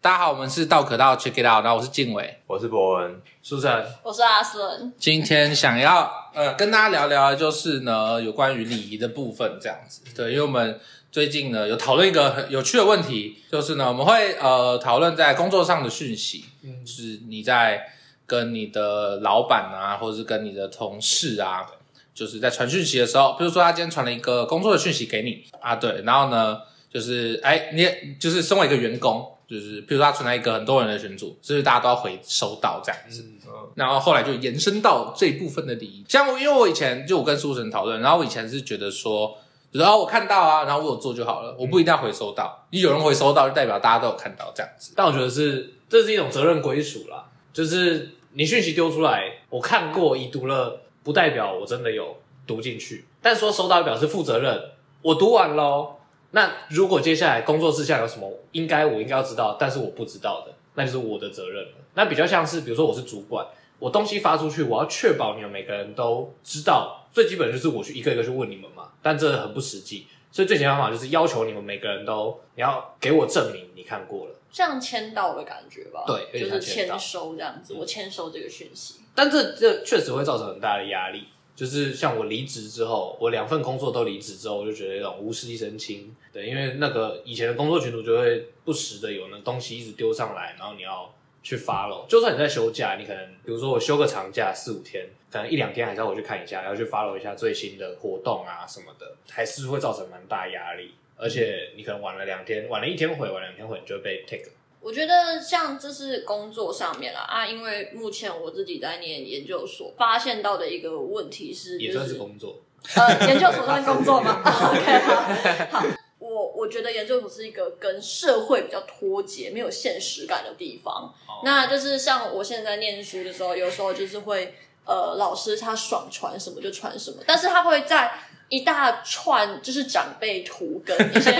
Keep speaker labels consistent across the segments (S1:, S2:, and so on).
S1: 大家好，我们是道可道 Check It Out，然后我是静伟，
S2: 我是博文，
S3: 苏晨，
S4: 我是阿孙，
S1: 今天想要呃跟大家聊聊，就是呢有关于礼仪的部分这样子。对，因为我们最近呢有讨论一个很有趣的问题，就是呢我们会呃讨论在工作上的讯息，
S3: 嗯
S1: 就是你在跟你的老板啊，或者是跟你的同事啊，就是在传讯息的时候，比如说他今天传了一个工作的讯息给你啊，对，然后呢就是哎你也就是身为一个员工。就是，比如说他传来一个很多人的群组，所以大家都要回收到这样子。
S2: 嗯，
S1: 然后后来就延伸到这一部分的礼仪。像我，因为我以前就我跟苏神讨论，然后我以前是觉得说，就是哦我看到啊，然后我有做就好了，我不一定要回收到。你有人回收到，就代表大家都有看到这样子。
S3: 但我觉得是这是一种责任归属啦，就是你讯息丢出来，我看过已读了，不代表我真的有读进去，但说收到表示负责任，我读完喽。那如果接下来工作事项有什么，应该我应该要知道，但是我不知道的，那就是我的责任了。那比较像是，比如说我是主管，我东西发出去，我要确保你们每个人都知道。最基本就是我去一个一个去问你们嘛，但这很不实际。所以最简单的方法就是要求你们每个人都，你要给我证明你看过了。
S4: 像签到的感觉吧？
S3: 对有
S4: 就
S3: 点
S4: 是
S3: 像签到嗯
S4: 签收这样子，我签收这个讯息。
S3: 但这这确实会造成很大的压力。就是像我离职之后，我两份工作都离职之后，我就觉得有种无事一身轻。对，因为那个以前的工作群组就会不时的有那东西一直丢上来，然后你要去 follow。就算你在休假，你可能比如说我休个长假四五天，可能一两天还是要回去看一下，要去 follow 一下最新的活动啊什么的，还是会造成蛮大压力。而且你可能晚了两天，晚了一天回，晚两天回，你就会被 take
S4: 我觉得像这是工作上面啦啊，因为目前我自己在念研究所，发现到的一个问题是，
S3: 也
S4: 就
S3: 算是工作。
S4: 呃，研究所算工作吗？OK，好，好我我觉得研究所是一个跟社会比较脱节、没有现实感的地方。
S3: 哦
S4: 那就是像我现在念书的时候，有时候就是会呃，老师他爽传什么就传什么，但是他会在一大串就是长辈图跟一些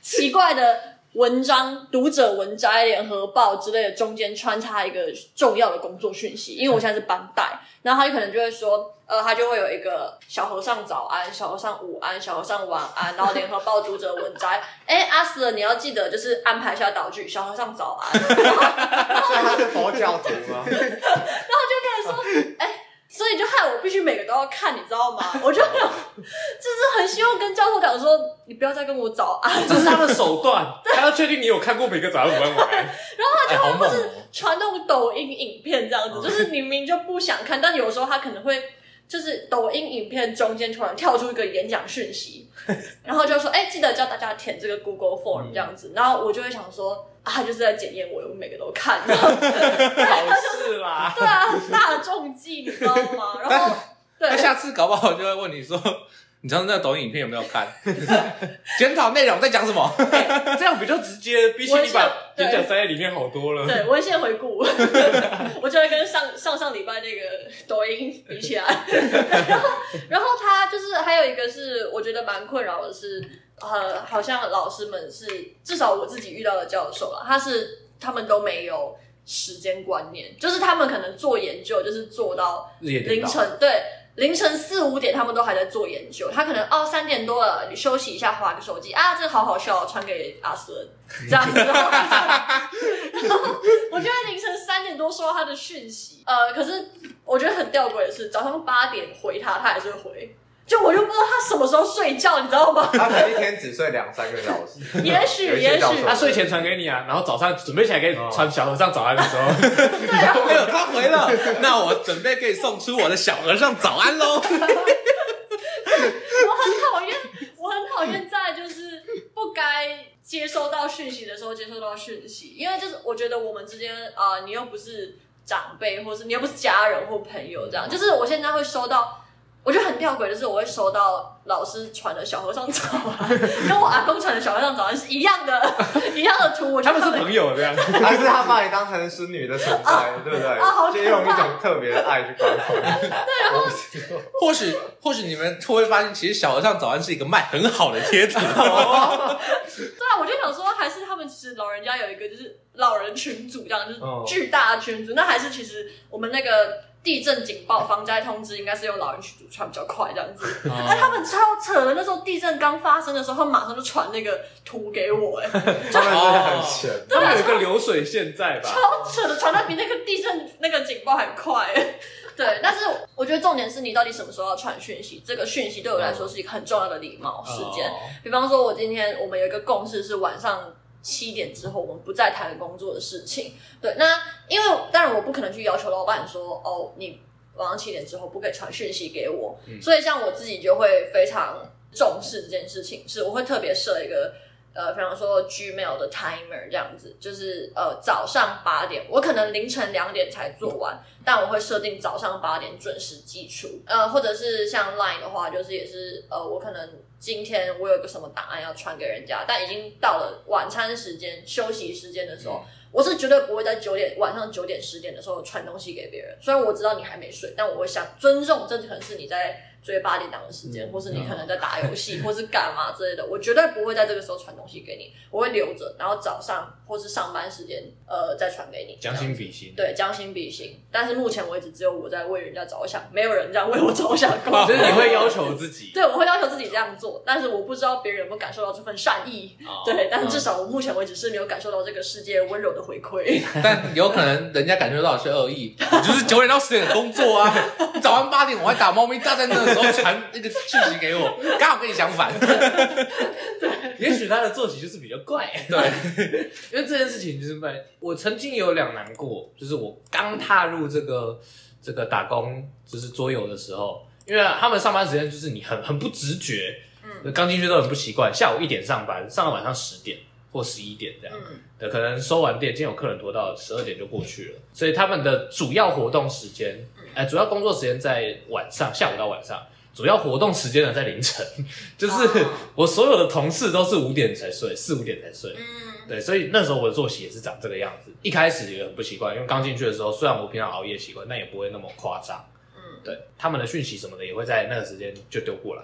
S4: 奇怪的。文章、读者文摘、联合报之类的中间穿插一个重要的工作讯息，因为我现在是班代，然后他就可能就会说，呃，他就会有一个小和尚早安、小和尚午安、小和尚晚安，然后联合报读者文摘， 哎，阿死了，你要记得就是安排一下道具，小和尚早安，
S2: 所以他是佛教徒吗？？
S4: 哎所以就害我必须每个都要看，你知道吗？我就就是很希望跟教授讲说，你不要再跟我早安，
S3: 这是他的手段， 他要确定你有看过每个早上午安晚安。
S1: 哎，好猛哦！
S4: 传那种抖音影片这样子，就是你明明就不想看，但有时候他可能会就是抖音影片中间突然跳出一个演讲 讯息，然后就说：“哎、记得叫大家填这个 Google
S1: 嗯
S4: Form 这样子。”然后我就会想说：“啊，他就是在检验我有没有每个都看。”然后
S3: 好事啦，
S4: 对啊，很大的重击，你知道吗？然后对
S1: 那，下次搞不好就会问你说，你上次那个抖音影片有没有看？ 检讨内容在讲什么？
S3: 这样比较直接，比起你把
S4: 我也是对
S3: 演讲塞在里面好多了。
S4: 对，文献回顾，我就会跟上上上礼拜那个抖音比起来， 然后然后他就是还有一个是我觉得蛮困扰的是，呃，好像老师们是至少我自己遇到的教授啦，他是他们都没有时间观念，就是他们可能做研究就是做到
S3: 日夜颠
S4: 凌
S3: 倒，
S4: 晨对凌晨四五点，他们都还在做研究。他可能哦三点多了，你休息一下，划个手机啊，这个好好笑哦，传给阿孙这样子。然后然后我就在凌晨三点多收到他的讯息，呃，可是我觉得很吊诡的是，早上八点回他，他还是会回。就我就不知道他什么时候睡觉，你知道 吗
S2: 他可能一天只睡两三个小 时，
S4: 也许
S2: 有一
S4: 也
S2: 些
S4: 许
S2: 教授
S3: 他睡前传给你啊，然后早上准备起来给你传小和尚早安的时候，
S4: 对啊，
S1: 没有，他回了。 那我准备可以送出我的小和尚早安喽。
S4: 我很讨厌， 我很讨厌在就是不该接收到讯息的时候接收到讯息，因为就是我觉得我们之间啊、呃你又不是长辈，或是你又不是家人或朋友，
S3: 嗯
S4: 这样就是我现在会收到。我觉得很吊诡，就是我会收到老师传的小和尚早安， 跟我阿公传的小和尚早安是一样的， 一样的图。我就
S3: 他们是朋友这 样。
S2: 还是他把你当成孙女的存在，对不对
S4: 啊好可怕？
S2: 就用一种特别的爱去关怀
S3: 哦
S2: 你。
S1: 或许或许你们会发现，其实小和尚早安是一个卖很好的贴图。
S4: 对啊，我就想说，还是他们其实老人家有一个就是老人群组这样，就是
S3: 哦
S4: 巨大的群组。那还是其实我们那个地震警报、防灾通知应该是用老人群组传比较快这样子。
S1: 哦
S4: 但他们超扯的，那时候地震刚发生的时候，他们马上就传那个图给我、哎，
S2: 真的是很浅。
S3: 他们有一个流水线在吧？
S4: 超扯的，传的比那个地震那个警报还快、哎对，但是我觉得重点是你到底什么时候要传讯息，这个讯息对我来说是一个很重要的礼貌时间。
S3: 哦
S4: 比方说，我今天我们有一个共识是晚上七点之后我们不再谈工作的事情。对，那因为当然我不可能去要求老板说哦，你晚上七点之后不可以传讯息给我。所以像我自己就会非常重视这件事情，是我会特别设一个。呃，比方说 Gmail 的 timer 这样子，就是呃早上八点，我可能凌晨两点才做完，但我会设定早上八点准时寄出。呃，或者是像 Line 的话，就是也是呃，我可能今天我有个什么档案要传给人家，但已经到了晚餐时间、休息时间的时候，我是绝对不会在九点晚上九点十点的时候传东西给别人。虽然我知道你还没睡，但我会想尊重，这可能是你在追八点档的时间，或是你可能在打游戏，或是干嘛之类的。我绝对不会在这个时候传东西给你，我会留着，然后早上或是上班时间呃再传给你。
S3: 将心比心，
S4: 对，将心比心。但是目前为止，只有我在为人家着想，没有人这样为我着想过。
S3: 哦就是你会要求自己，
S4: 对，我会要求自己这样做，但是我不知道别人有没有感受到这份善意。
S3: 哦
S4: 对，但是至少我目前为止是没有感受到这个世界温柔的回馈。
S1: 但有可能人家感觉到是恶意，我就是九点到十点的工作啊，你早上八点我还打猫咪大战争的时候传那个讯息给我，刚好跟你相反。
S3: 也许他的作息就是比较 怪，
S1: 对，
S3: 因为这件事情就是被我曾经有两难过，就是我刚踏入这个这个打工就是桌游的时候，因为他们上班时间就是你很很不直觉，嗯，刚进去都很不习惯，下午一点上班，上到晚上十点或十一点这样，
S4: 嗯
S3: 对，可能收完店，今天有客人拖到十二点就过去了，所以他们的主要活动时间，
S4: 嗯
S3: 哎、主要工作时间在晚上，下午到晚上，主要活动时间呢在凌晨，就是
S4: 哦
S3: 我所有的同事都是五点才睡，四五点才睡，
S4: 嗯，
S3: 对，所以那时候我的作息也是长这个样子。一开始也很不习惯，因为刚进去的时候，虽然我平常熬夜习惯，但也不会那么夸张。
S4: 嗯
S3: 对，他们的讯息什么的也会在那个时间就丢过来。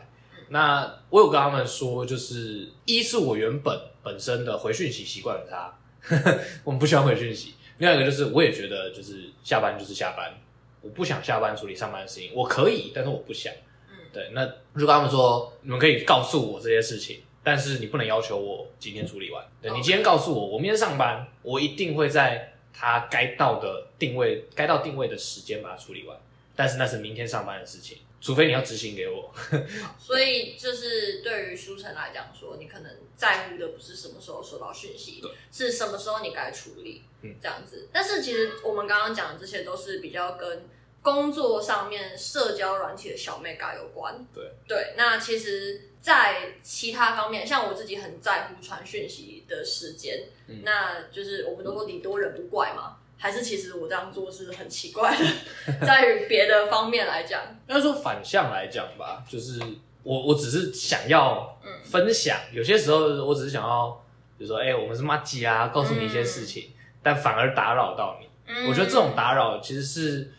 S3: 那我有跟他们说，就是一是我原本本身的回讯息习惯很差， 我们不喜欢回讯息。另外一个就是我也觉得，就是下班就是下班，我不想下班处理上班的事情，我可以，但是我不想。
S4: 嗯
S3: 对，那就跟他们说，你们可以告诉我这些事情，但是你不能要求我今天处理完。对你
S4: OK
S3: 今天告诉我，我明天上班，我一定会在他该到的定位、该到定位的时间把它处理完。但是那是明天上班的事情，除非你要执行给我。
S4: 所以就是对于书城来讲说，你可能在乎的不是什么时候收到讯息
S3: 对，
S4: 是什么时候你该处理，
S3: 嗯
S4: 这样子。但是其实我们刚刚讲的这些都是比较跟工作上面社交软体的小妹嘎有关。
S3: 对
S4: 对，那其实，在其他方面，像我自己很在乎传讯息的时间，
S3: 嗯
S4: 那就是我们都说礼多人不怪嘛。还是其实我这样做是很奇 怪的，在于别的方面来讲，
S3: 应该说反向来讲吧，就是我我只是想要
S4: 嗯
S3: 分享，有些时候我只是想要，比如说，哎、我们是妈吉啊，告诉你一些事情，但反而打扰到你。
S4: 嗯
S3: 我觉得这种打扰其实是，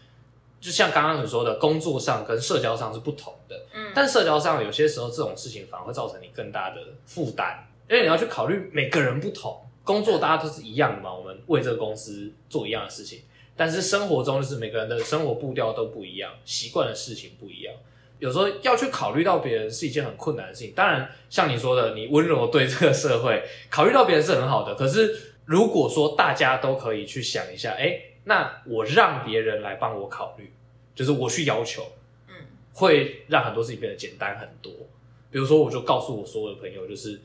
S3: 就像刚刚所说的，工作上跟社交上是不同的。
S4: 嗯
S3: 但社交上有些时候这种事情反而会造成你更大的负担，因为你要去考虑每个人不同。工作大家都是一样的嘛，我们为这个公司做一样的事情，但是生活中就是每个人的生活步调都不一样，习惯的事情不一样。有时候要去考虑到别人是一件很困难的事情。当然，像你说的，你温柔对这个社会，考虑到别人是很好的。可是如果说大家都可以去想一下，哎、那我让别人来帮我考虑，就是我去要求，
S4: 嗯
S3: 会让很多事情变得简单很多。比如说，我就告诉我所有的朋友，就是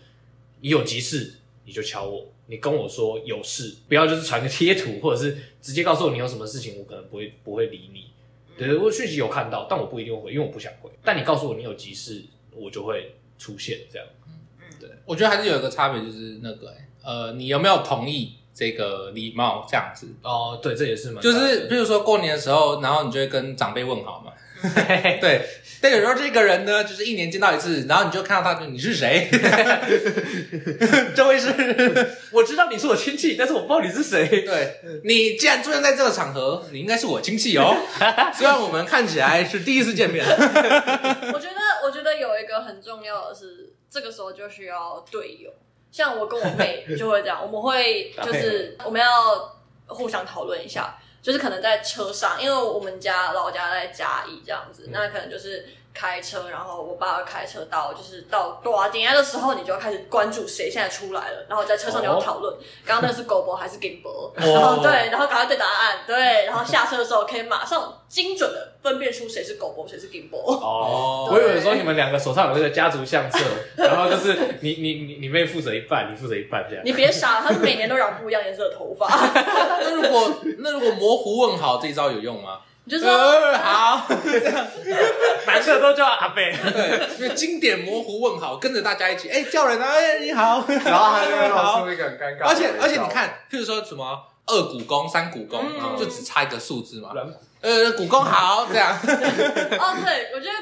S3: 你有急事你就敲我，你跟我说有事，不要就是传个贴图，或者是直接告诉我你有什么事情，我可能不会不会理你。对，我讯息有看到，但我不一定会回，因为我不想回。但你告诉我你有急事，我就会出现这样。
S4: mm.
S1: 我觉得还是有一个差别，就是那个、欸呃，你有没有同意这个礼貌这样子？
S3: 哦，对，这也是蛮
S1: 就是比如说过年的时候，然后你就会跟长辈问好嘛。 对，但有时候这个人呢，就是一年见到一次，然后你就看到他，你是 谁？这会是
S3: 我知道你是我亲戚，但是我不知道你是谁。
S1: 对你既然出现在这个场合，你应该是我亲戚 哦。虽然我们看起来是第一次见面，
S4: 我觉得，我觉得有一个很重要的是，这个时候就需要队友。像我跟我妹就会这样，我们会就是我们要互相讨论一下，就是可能在车上，因为我们家老家在嘉义这样子，那可能就是开车，然后我爸开车到就是到多少点的时候，你就要开始关注谁现在出来了，然后在车上就要讨论，刚刚那是狗博还是 g i m b o 然后对，然后赶快对答案，对，然后下车的时候可以马上精准的分辨出谁是狗博，谁是 g i m b o
S3: 哦，我
S4: 对
S3: 以为说你们两个手上有那个家族相册，然后就是你你你你妹负责一半，你负责一半这样。
S4: 你别傻了，他们每年都染不一样颜色的头发，
S1: 那如果那如果模糊问好这一招有用吗？
S4: 你就说
S2: 嗯
S1: 呃，好，
S3: 男的都叫阿贝，
S1: 因为经典模糊问好，跟着大家一起，哎、叫人啊，哎、你好，
S2: 然后他就会
S1: 好
S2: 露出一个很尴尬的微笑。
S1: 而且而且你看，譬如说什么二股肱、三股肱，
S4: 嗯
S1: 就只差一个数字嘛。
S3: 软骨
S1: 呃，股肱好，这样
S4: 哦，对，我觉得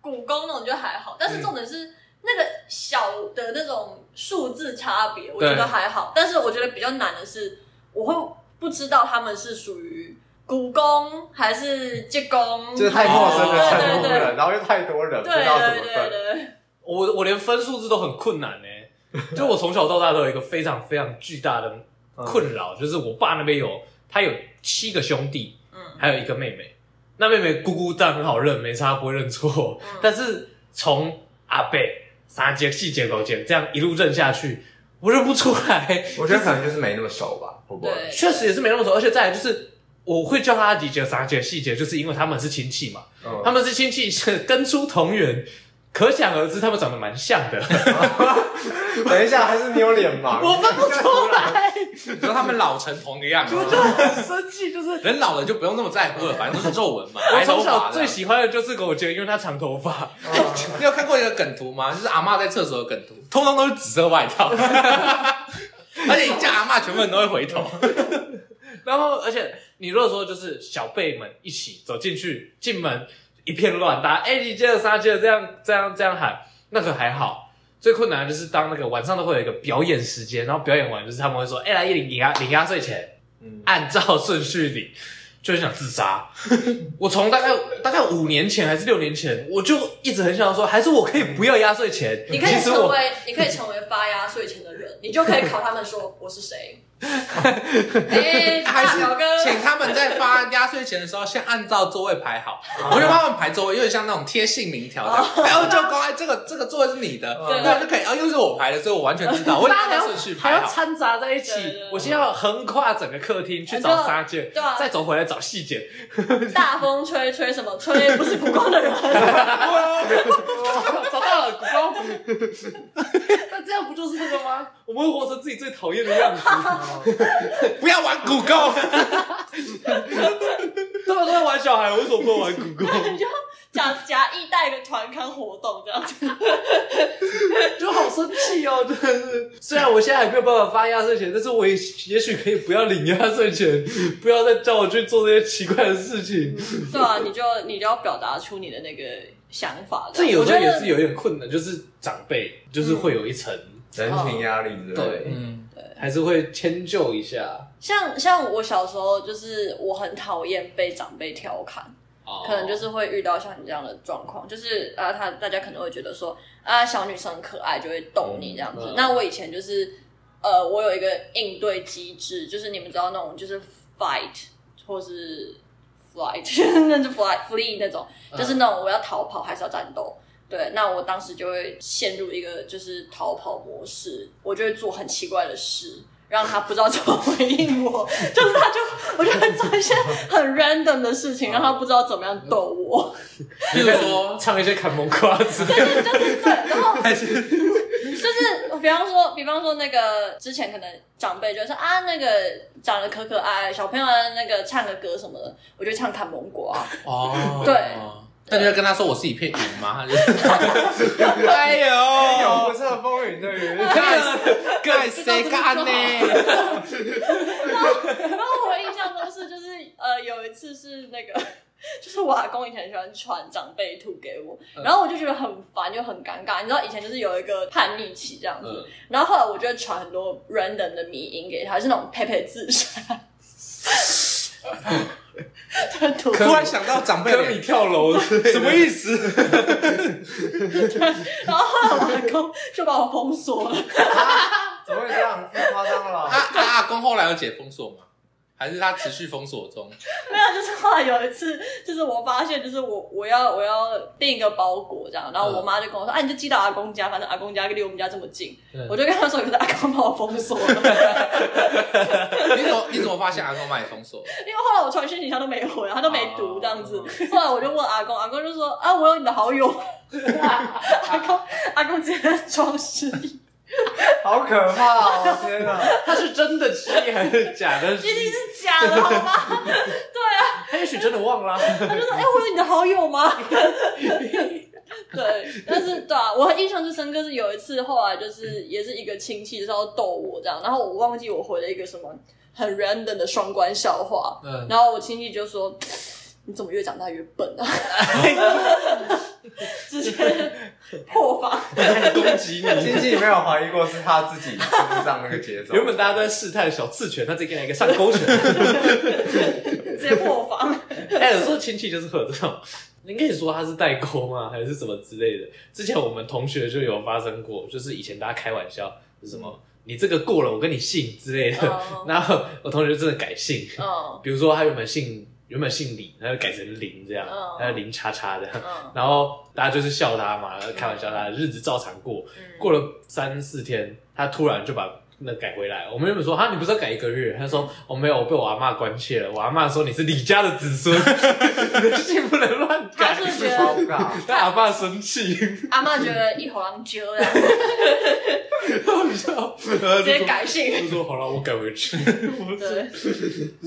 S4: 古宫那种就还好，但
S2: 嗯
S4: 是重点是、那个小的那种数字差别，我觉
S1: 对
S4: 得还好，但是我觉得比较难的是，我会不知道他们是属于古宫还是济公，
S2: 就是太陌生的
S4: 还是
S2: 称呼
S4: 对对对
S2: 了，然后又太多人，不知道怎
S4: 对
S2: 么
S4: 对对
S2: 分。
S4: 对，
S3: 我我连分数字都很困难呢、就我从小到大都有一个非常非常巨大的困扰，就是我爸那边有他有七个兄弟，
S4: 嗯，
S3: 还有一个妹妹。那妹妹姑姑当然很好认，没差不会认错。
S4: 嗯
S3: 但是从阿贝三节、细节、狗节这样一路认下去，我认不出来。
S2: 我觉得可能就是没那么熟吧，会不会？
S4: 对
S3: 确实也是 没那么熟，而且再来就是我会叫他阿迪杰、三节、细节，就是因为他们是亲戚嘛。他
S2: 嗯，
S3: 们是亲戚，是根出同源，可想而知，他们长得蛮像的。
S2: 等一下，还是你有脸盲？
S3: 我分不出来，
S1: 你说他们老成同一个样子。啊
S3: 我就很生气。就是
S1: 人老了就不用那么在乎了，反正都是皱 纹嘛。
S3: 我
S1: 白头
S3: 从
S1: 发
S3: 小
S1: 的啊
S3: 最喜欢的就是狗杰，因为他长头发。
S2: 嗯
S1: 你有看过一个梗图吗？就是阿嬷在厕所的梗图，通通都是紫色外套， 而且一叫阿嬷，全部人都会回头。
S3: 然后，而且你如果说就是小辈们一起走进去，进门一片乱，大家哎、你接着杀，接着这样这样这样喊，那个还好。最困难的就是当那个晚上都会有一个表演时间，然后表演完就是他们会说，哎、来领领压领压岁钱，
S2: 嗯
S3: 按照顺序领，就很想自杀。我从大概大概五年前还是六年前，我就一直很想说，还是我可以不要压岁钱。
S4: 你可以
S3: 其实
S4: 成
S3: 我
S4: 为你可以成为发压岁钱的人， 你就可以考他们说我是谁。 哎、
S1: 还
S4: 大
S1: 是
S4: 表哥，
S1: 请他们在发压岁钱的时候，先按照座位排好。我就帮他们排座位，有点像那种贴姓名条的。然后就公开这个这个座位是你的，
S2: 对
S1: 那我就可以。啊，又是我排的，所以我完全知道，我已经
S3: 大
S1: 按
S3: 家
S1: 照
S3: 还
S1: 顺
S3: 要
S1: 序
S3: 还
S1: 排
S3: 要
S1: 好。
S3: 掺杂在一起
S4: 对对对，
S3: 我先要横跨整个客厅去找沙姐
S4: 对啊，
S3: 再走回来找细 姐。
S4: 大风吹吹什么吹？不是故宫的人， 哦
S3: 找到了古高， 那这样不就是那个吗？我们会活成自己最讨厌的 样子，
S1: 不要玩骨沟，
S3: 他们都在啊玩小孩，我为什么不能玩古高？
S4: 假假意带个团刊活动这样子。
S3: 就好生气哦，真的是。虽然我现在还没有办法发压岁钱，但是我也也许可以不要领压岁钱，不要再叫我去做这些奇怪的事情。
S4: 对啊，你就你就要表达出你的那个想法
S3: 这
S4: 样
S3: 有时候
S4: 我觉
S3: 也
S4: 得
S3: 是有一点困难，就是长辈就是会有一层，
S2: 人情压力之类的，
S3: 对，
S1: 嗯，
S3: 还是会迁就一下。
S4: 像像我小时候，就是我很讨厌被长辈调侃。
S3: 哦
S4: 可能就是会遇到像你这样的状况，就是啊，他大家可能会觉得说啊，小女生很可爱，就会逗你这样子。
S3: 嗯嗯
S4: 那我以前就是呃，我有一个应对机制，就是你们知道那种就是 fight 或是 flight，那就 flight flee 那种，
S3: 嗯
S4: 就是那种我要逃跑还是要战斗。对，那我当时就会陷入一个就是逃跑模式，我就会做很奇怪的事，让他不知道怎么回应我， 就是他就我就会做一些很 random 的事情，让他不知道怎么样逗我。
S1: 比如说
S3: 唱一些砍蒙瓜 子，
S4: 对，然后就是呃比方说，比方说那个之前可能长辈就说啊，那个长得可可爱，小朋友那个唱个歌什么的，我就唱看蒙古啊，
S1: 哦，
S4: 对
S1: 那你就跟他说我是一片云吗？他就 哎
S2: 永不
S1: 呦，
S2: 测风云的云。
S1: 盖谁干 呢？
S4: 然后我印象中是就是呃有一次是那个。 就是我阿公以前很喜欢传长辈图给我，然后我就觉得很烦，就很尴尬。你知道以前就是有一个叛逆期这样子，
S3: 嗯
S4: 然后后来我就会传很多 random 的迷音给他，是那种佩佩自杀， 他突
S1: 突然想到长辈
S3: 跟你跳楼之类
S1: 什
S3: 的
S1: 么意思？
S4: 然后后来我老公就把我封锁了，
S2: 怎么会这样？太夸张了
S1: 啊
S2: 吧！
S1: 啊！阿公后来有解封锁吗？还是他持续封锁中？
S4: 没有，就是后来有一次，就是我发现，就是我我要我要订一个包裹这样，然后
S1: 嗯
S4: 我妈就跟我说，啊，你就寄到阿公家，反正阿公家离我们家这么近，
S3: 嗯
S4: 我就跟她说，可是阿公把我封 锁了，因
S1: 你怎么你怎么发现阿公把你封锁了？
S4: 为后来我传讯息他都没回，他都没读
S1: 哦
S4: 这样子，后来我就问阿公，阿公就说，啊，我有你的好友， 阿公阿公直接装失忆，
S2: 好可怕哦！天哪，
S3: 他是真的失忆还是假 的失
S4: 一定
S3: 忆？
S4: 是假的好吗？
S3: 他也许真的忘了啊。
S4: 他就说：“哎、我有你的好友 吗？”对，但是对啊，我印象最深刻是有一次，后来就是也是一个亲戚就是要逗我这样，然后我忘记我回了一个什么很 random 的双关笑话，
S3: 嗯
S4: 然后我亲戚就说：“你怎么越长大越笨啊？” 直接破防，
S3: 攻击
S2: 经
S3: 你。
S2: 纪没有怀疑过是他自己跟不上那个节奏。
S3: 原本大家都在试探小刺拳，他再给你来一个上勾拳。
S4: 直接破防。
S3: 哎，有时候亲戚就是会有这种，你可以说他是代沟吗，还是什么之类的？之前我们同学就有发生过，就是以前大家开玩笑，是什么你这个过了，我跟你姓之类的。
S4: 嗯
S3: 然后我同学就真的改姓，
S4: 嗯
S3: 比如说他原本姓原本姓李，他就改成林这样
S4: 嗯，
S3: 他就林叉叉这样。
S4: 嗯
S3: 然后大家就是笑他嘛，开玩笑他，日子照常过。过了三四天，他突然就把那改回来。我们原本说哈，你不是要改一个月？他说哦没有，我被我阿妈关切了。我阿妈说你是李家的子孙，你的姓不能乱
S4: 他
S3: 改。
S4: 是觉
S2: 好
S4: 得
S2: 尬，
S3: 他阿爸生气，
S4: 阿妈觉得一猴狼揪了，
S3: 好笑，直
S4: 直接。改姓。
S3: 就说好了，我改回去。我
S4: 对，
S3: 就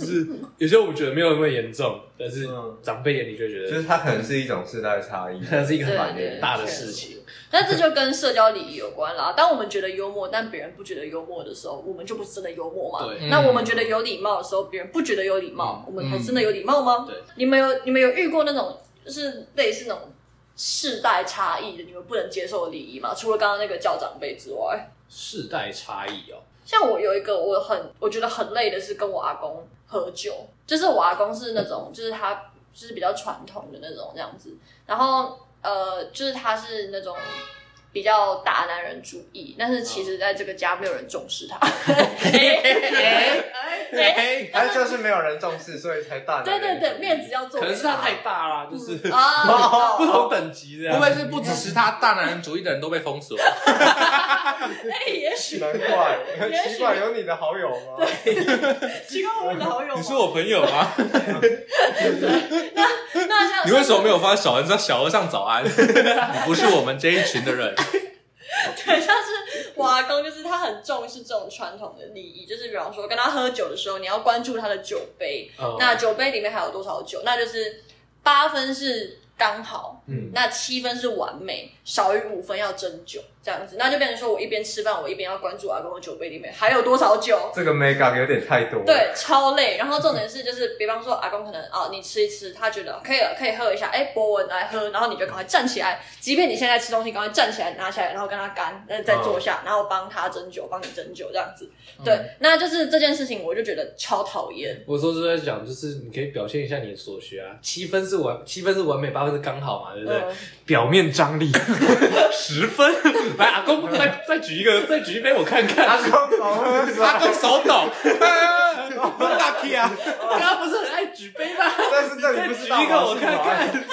S3: 是有些我们觉得没有那么严重，但是
S2: 嗯
S3: 长辈眼里就觉
S2: 就
S3: 得
S2: 是他可能是一种世代差异。
S3: 那是一个很
S4: 对
S3: 蛮
S4: 对，
S3: 大的
S4: 确
S3: 事
S4: 实
S3: 情。
S4: 但这就跟社交礼仪有关啦。当我们觉得幽默，但别人不觉得幽默的时候，我们就不是真的幽默嘛。
S3: 对嗯
S4: 那我们觉得有礼貌的时候，别人不觉得有礼貌，我们还真的有礼貌吗？
S3: 对。
S4: 你们有你们有遇过那种就是类似那种世代差异的，你们不能接受的礼仪吗？除了刚刚那个叫长辈之外，
S3: 世代差异哦，
S4: 像我有一个我很我觉得很累的是跟我阿公喝酒，就是我阿公是那种就是他就是比较传统的那种这样子，然后呃就是他是那种比较大男人主义，但是其实在这个家没有人重视他。哎
S3: 嘿
S2: 他哎就是没有人重视，所以才大男
S4: 对
S2: 人主
S4: 对
S2: 义。
S4: 对，面子要做
S3: 可
S4: 给。
S3: 能是他太大啦，就是
S4: 啊，
S3: 不同等级的
S1: 会不会是不支持他大男人主义的人都被封 锁？
S4: 哎，也 许
S2: 难怪，
S4: 也许
S2: 奇怪，有你的好友吗？
S4: 奇怪，我们的好友吗。哦
S1: 我朋友吗？
S4: 那像
S1: 你为什么没有发小恩上小和尚早安？ 你不是我们这一群的 人。
S4: 对，像是我阿公，就是他很重视这种传统的礼仪，就是比方说跟他喝酒的时候，你要关注他的酒杯，
S3: 哦
S4: 那酒杯里面还有多少酒，那就是八分是刚好，
S3: 嗯
S4: 那七分是完美，少于五分要斟酒，这样子，那就变成说我一边吃饭，我一边要关注阿公的酒杯里面还有多少酒。
S2: 这个 mega 有点太多。
S4: 对，，超累。然后重点是，就是比方说阿公可能啊、你吃一吃，他觉得可以了，可以喝一下，哎，博文来喝，然后你就赶快站起来，即便你现在吃东西，赶快站起来拿起来，然后跟他干，呃，再坐
S3: 嗯
S4: 下，然后帮他斟酒，帮你斟酒这样子。对，那就是这件事情，我就觉得超讨厌。
S3: 我说是在讲，就是你可以表现一下你的所学啊，七分是完，七分是完美，八分是刚好嘛，对不对？
S4: 嗯
S3: 表面张力十分，来阿公再再举一个，再举一杯我看看。
S2: 阿公好喝水，
S1: 他跟手抖，我打 K 啊！
S3: 刚刚不是很爱举杯吗？
S2: 但是这里
S3: 再
S2: 不
S3: 举
S2: 是
S3: 一
S2: 大
S3: 个
S2: 毛
S3: 我
S2: 细
S3: 看
S2: 毛啊。
S3: 看。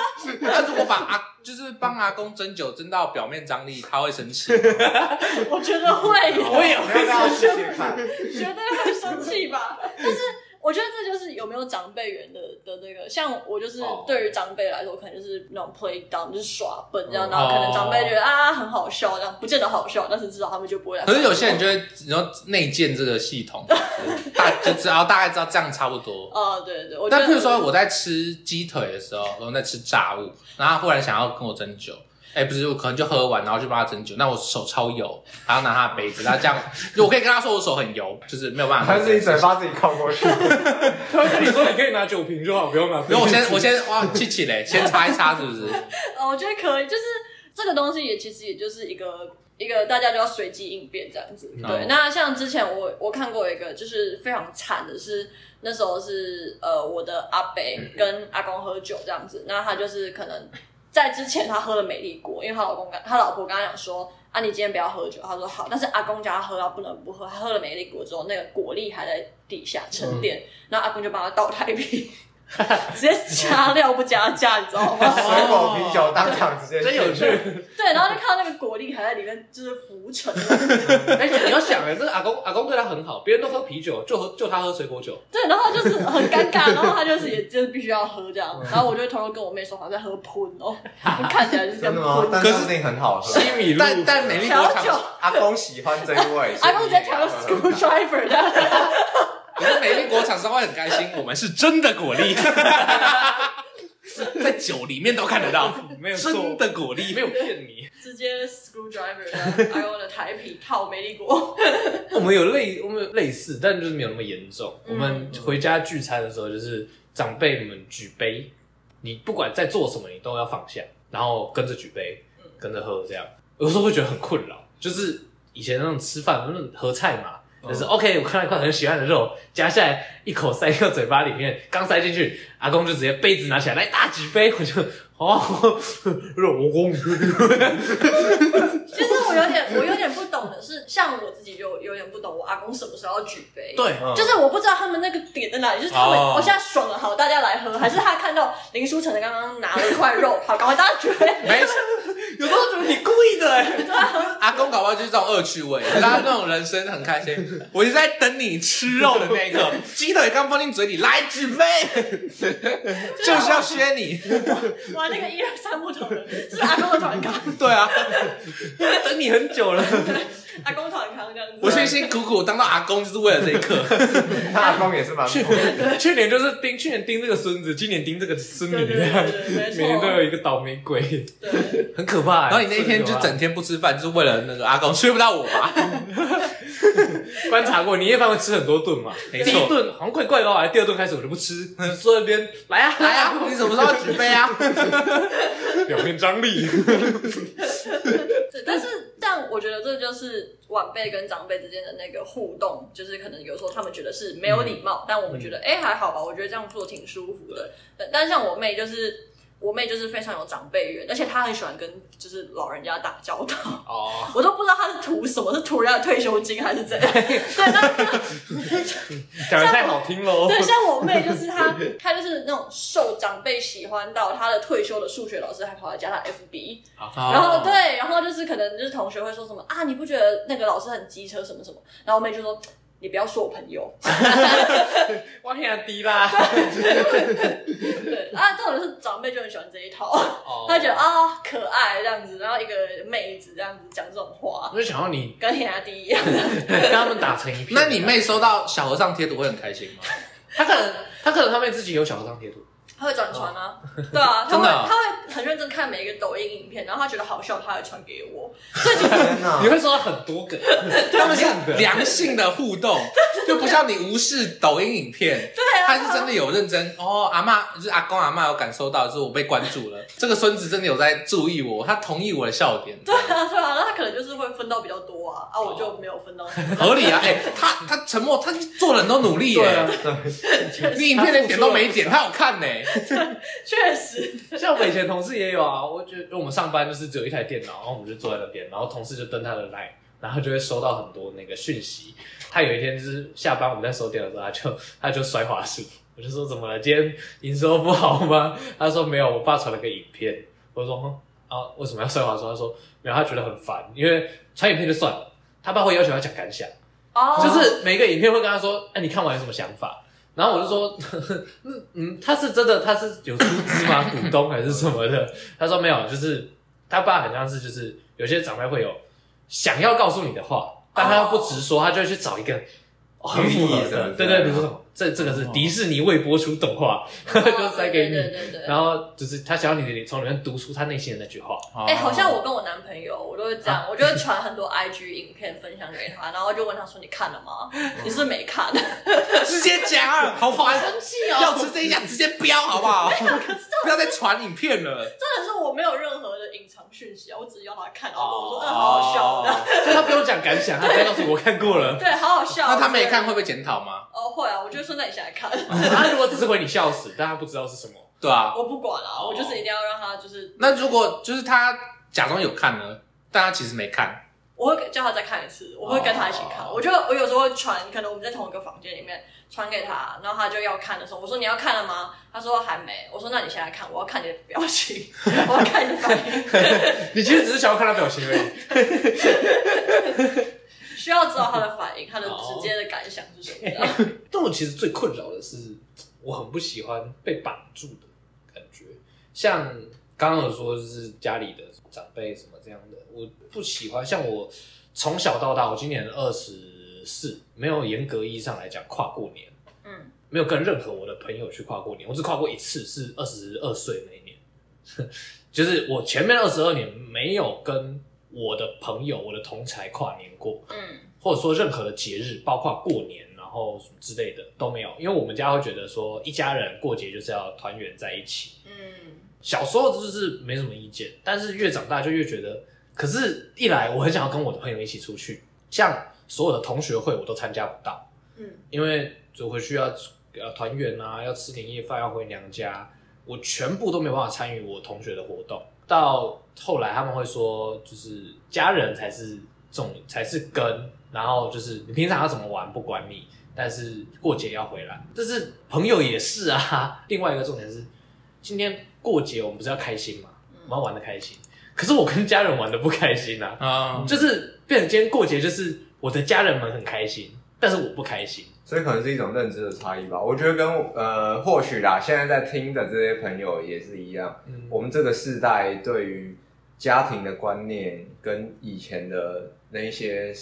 S1: 那如果把阿就是帮阿公针灸针到表面张力，他会生气。
S4: 我觉得会，
S3: 我也
S2: 不要
S3: 会
S2: 大家
S3: 生气
S2: 试试看，
S4: 绝对会生 气吧。但是我觉得这就是有没有长辈缘的的那个，像我就是
S3: 哦
S4: 对于长辈来说，可能就是那种 play down，就是耍笨这样，
S2: 嗯
S4: 然后可能长辈
S3: 哦
S4: 觉得啊很好笑，这样不见得好笑，但是至少他们就不会 来。
S1: 可是有些人就会然后内建这个系统，大就知道大概知道这样差不多。
S4: 啊，对对，我觉
S1: 但
S4: 得
S1: 譬如说我在吃鸡腿的时候，我在吃炸物，然后他忽然想要跟我斟酒，哎、不是，我可能就喝完，然后就帮他斟酒，那我手超油，还要拿他的杯子，那这样，就我可以跟他说我手很油，就是没有办法。
S2: 他自己嘴巴自己靠过去。
S3: 他会跟你说你可以拿酒瓶就好，不用拿杯子。
S1: 没有，我 先我先哇，气气嘞，先擦一擦，是不是？
S4: 哦，我觉得可以，就是这个东西也其实也就是一个一个大家就要随机应变这样子。对，
S1: 哦
S4: 那像之前我我看过一个就是非常惨的是，那时候是呃我的阿伯跟阿公喝酒这样子，那他就是可能在之前他喝了美丽果，因为她老公跟她老婆跟他讲说。啊，你今天不要喝酒。他说好，但是阿公家喝，他不能不喝。他喝了美丽果之后，那个果粒还在底下沉淀，然后阿公就帮他倒台币， 直接加料不加价，你知道 吗？
S2: 水果啤酒当场直接
S3: 真有趣。
S2: 现
S4: 对，然后就看到那个果粒还在里面就是浮沉，
S3: 而且你要想哎，这个阿公阿公对他很好，别人都喝啤酒，就喝就他喝水果酒，
S4: 对，然后就是很尴尬，然后他就是也就是必须要喝
S2: 嗯
S4: 这样，然后我就偷偷跟我妹说好像在喝喷哦，看起来就是
S2: 真
S4: 跟
S2: 的吗？
S4: 喷。
S2: 但
S1: 可
S2: 是
S1: 是
S2: 一定很好喝。
S3: 西米露。
S1: 但但美丽
S4: 调
S1: 国
S4: 酒，
S1: 糖，
S2: 阿公喜欢这一位，
S4: 阿公直接调个
S2: 所以
S4: screwdriver 这样。
S1: 可是美丽国厂商会很开心，我们是真的果 粒，在酒里面都看得到，
S3: 没有错
S1: 真的果
S3: 你
S1: 粒
S3: 没。有骗你，
S4: 直接 screwdriver 的 I O 的台皮套美丽国，
S3: 我们有类我们有类似，但就是没有那么严重。
S4: 嗯
S3: 我们回家聚餐的时候，就是长辈们举杯，你不管在做什么，你都要放下，然后跟着举杯
S4: 嗯，
S3: 跟着喝，这样有时候会觉得很困扰。就是以前那种吃饭那种合菜嘛，
S4: 嗯
S3: 就是、OK，我看到一块很喜欢的肉，夹下来一口塞到嘴巴里面，刚塞进去，阿公就直接杯子拿起来，来大举杯，我就哦， 老公，
S4: 其实我有点我有点不懂的是，像我自己就有点不懂我阿公什么时候要举杯，，
S3: 对，
S2: 嗯
S4: 就是我不知道他们那个点在哪里，就是他们、
S1: 哦
S4: 我现在爽了，好大家来喝，还是他看到林书成的刚刚拿了一块肉，好赶快大家举杯，
S1: 没事，有时候觉得你故意的、欸。阿公搞不好就是这种恶趣味，就是他那种人生很开心。我一直在等你吃肉的那一刻，鸡腿刚放进嘴里，来举 杯，就是要削你。
S4: 哇那个一二三木头人是阿公的团康，
S1: 对啊，
S3: 等你很久了，
S4: 阿公团康这样子，
S1: 我辛辛苦苦当到阿公就是为了这一刻。
S2: 他阿公也是蛮猛的。
S3: 去年就是盯，去年盯这个孙子，今年盯这个孙
S4: 对
S3: 女，
S4: 对对对，没错，
S3: 每年都有一个倒霉鬼，
S4: 对，
S3: 很可怕欸。
S1: 然后你那一天就
S3: 真的很
S1: 整天不吃饭，就是为了那个阿公， 吃不到我吧？
S3: 可怕观察过，你夜饭会吃很多顿嘛？
S1: 没
S3: 第一
S1: 错。
S3: 顿好像怪怪的哦，哎第二顿开始我就不吃，坐在那边来啊
S1: 来啊，你什么时候要举杯 啊？
S3: 表面张 力。
S4: 对，但是但我觉得这就是晚辈跟长辈之间的那个互动，就是可能有时候他们觉得是没有礼貌，但我们觉得哎、诶还好吧，我觉得这样做挺舒服的。对但像我妹就是。我妹就是非常有长辈缘，而且她很喜欢跟就是老人家打交道，
S3: 哦，
S4: 我都不知道她是图什么，是图人家的退休金还是怎样。 对，那
S3: 讲的太好听喽。
S4: 对，像我妹就是 她，她就是那种受长辈喜欢到她的退休的数学老师还跑来加她 FB，然后对，然后就是可能就是同学会说什么啊，你不觉得那个老师很机车什么什么？然后我妹就说。嗯你不要说我朋友，
S3: 哇天低啦。
S4: 对啊，这种就是长辈就很喜欢这一套，
S3: 哦
S4: 他觉得啊、可爱这样子，然后一个妹子这样子讲这种话，
S3: 我就想要你
S4: 跟黑阿弟一样，
S3: 跟他们打成一片。
S1: 那你妹收到小和尚贴图会很开心吗？
S3: 她可能她可能他们自己有小和尚贴图，
S4: 他会转传啊，对啊，他
S1: 真
S4: 会
S1: 的啊
S4: 他会很认真看每一个抖音影片，然后他觉得好笑，他会传给我，所以就是
S2: 天哪
S3: 你！会收到很多个。
S1: 他们是
S3: 样的
S1: 良性的互动，就不像你无视抖音影片。
S4: 对啊，
S1: 他是真的有认真哦，阿妈就是阿公阿妈有感受到，就是我被关注了，这个孙子真的有在注意我，他同意我的笑点，
S4: 对啊 对啊，那他可能就是会分到比较多啊，啊我就没有分到 什么，
S1: 合理啊，哎、他他沉默，他做了很多努力耶、
S3: 对啊，
S1: 你影片连点都没点，他有看呢、
S4: 确实，
S3: 像我们以前同事也有啊，我觉得我们上班就是只有一台电脑，然后我们就坐在那边，然后同事就登他的 line，然后就会收到很多那个讯息。他有一天就是下班我们在收电脑的时候，他就他就摔花式，我就说怎么了？今天营收不好吗？他说没有，我爸传了个影片。我说哼啊，为什么要摔花式？他说没有，他觉得很烦，因为传影片就算了，他爸会要求他讲感想。
S4: 哦，
S3: 就是每个影片会跟他说：“哎、你看完有什么想法？”然后我就说：“ 嗯嗯，他是真的，他是有出资吗？股东还是什么的？”他说：“没有，就是他爸很像是就是有些长辈会有想要告诉你的话，但他又不直说，他就会去找一个哦很符合
S2: 寓意什么
S3: 的，
S2: 之
S3: 对
S2: 类的
S3: 对，比如说什么这这个是迪士尼未播出动画， 就塞给
S4: 对对
S3: 你。
S4: 对对对。
S3: 然后就是他想要你从里面读出他内心的那句话，
S4: 哎、好像我跟我男朋友，我都会这样，我就会传很多 IG 影片分享给他，然后就问他说：“你看了吗？你是不是没看？”
S1: 直接讲啊，好
S4: 好
S1: 烦，
S4: 生气 哦！
S1: 要吃这一家直接标好不 好？不要再传影片了。
S4: 真的是我没有任何的隐藏讯息啊，我只是要他看，然后跟我说：“嗯，好好笑。这样
S1: 哦
S3: 所以他不用讲感想，他直接告诉我看过了。
S4: 对，好好笑。
S1: 那他没看会不会检讨吗？
S4: 哦，会啊，我就说：“那你现在看。
S3: 他如果只是回你笑死，但他不知道是什么。
S1: 对啊，
S4: 我不管啊，我就是一定要让他就是
S1: 那如果就是他假装有看呢，但他其实没看，
S4: 我会叫他再看一次，我会跟他一起看。
S3: 哦
S4: 我就我有时候会传，可能我们在同一个房间里面传给他，然后他就要看的时候，我说你要看了吗？他说还没。我说那你现在看，我要看你的表情，我要看你的反应，
S3: 你其实只是想要看他表情而已。
S4: 需要知道他的反应，他的直接的感想是什么样。
S3: 但我其实最困扰的是，我很不喜欢被绑住的感觉。像刚刚有说，就是家里的长辈什么这样的，我不喜欢。像我从小到大，我今年二十四，没有严格意义上来讲跨过年，
S4: 嗯，
S3: 没有跟任何我的朋友去跨过年，我只跨过一次，是二十二岁那一年， 就是我前面二十二年没有跟我的朋友、我的同才跨年过。
S4: 嗯
S3: 或者说任何的节日，包括过年，然后什么之类的都没有，因为我们家会觉得说一家人过节就是要团圆在一起。
S4: 嗯，
S3: 小时候就是没什么意见，但是越长大就越觉得，可是一来我很想要跟我的朋友一起出去，像所有的同学会我都参加不到，
S4: 嗯，
S3: 因为就回去要呃团圆啊，要吃年夜饭，要回娘家，我全部都没有办法参与我同学的活动。到后来他们会说，就是家人才是重，才是根，然后就是你平常要怎么玩不管你，但是过节要回来。但是朋友也是啊。 另外一个重点是，今天过节我们不是要开心吗？我
S4: 嗯
S3: 们要玩的开心。可是我跟家人玩的不开心啊，
S4: 嗯
S1: 啊，
S3: 就是变成今天过节就是我的家人们很开心，但是我不开心。
S2: 所以可能是一种认知的差异吧。我觉得跟我呃，或许啦，现在在听的这些朋友也是一样。
S3: 嗯
S2: 我们这个世代对于家庭的观念跟以前的那一些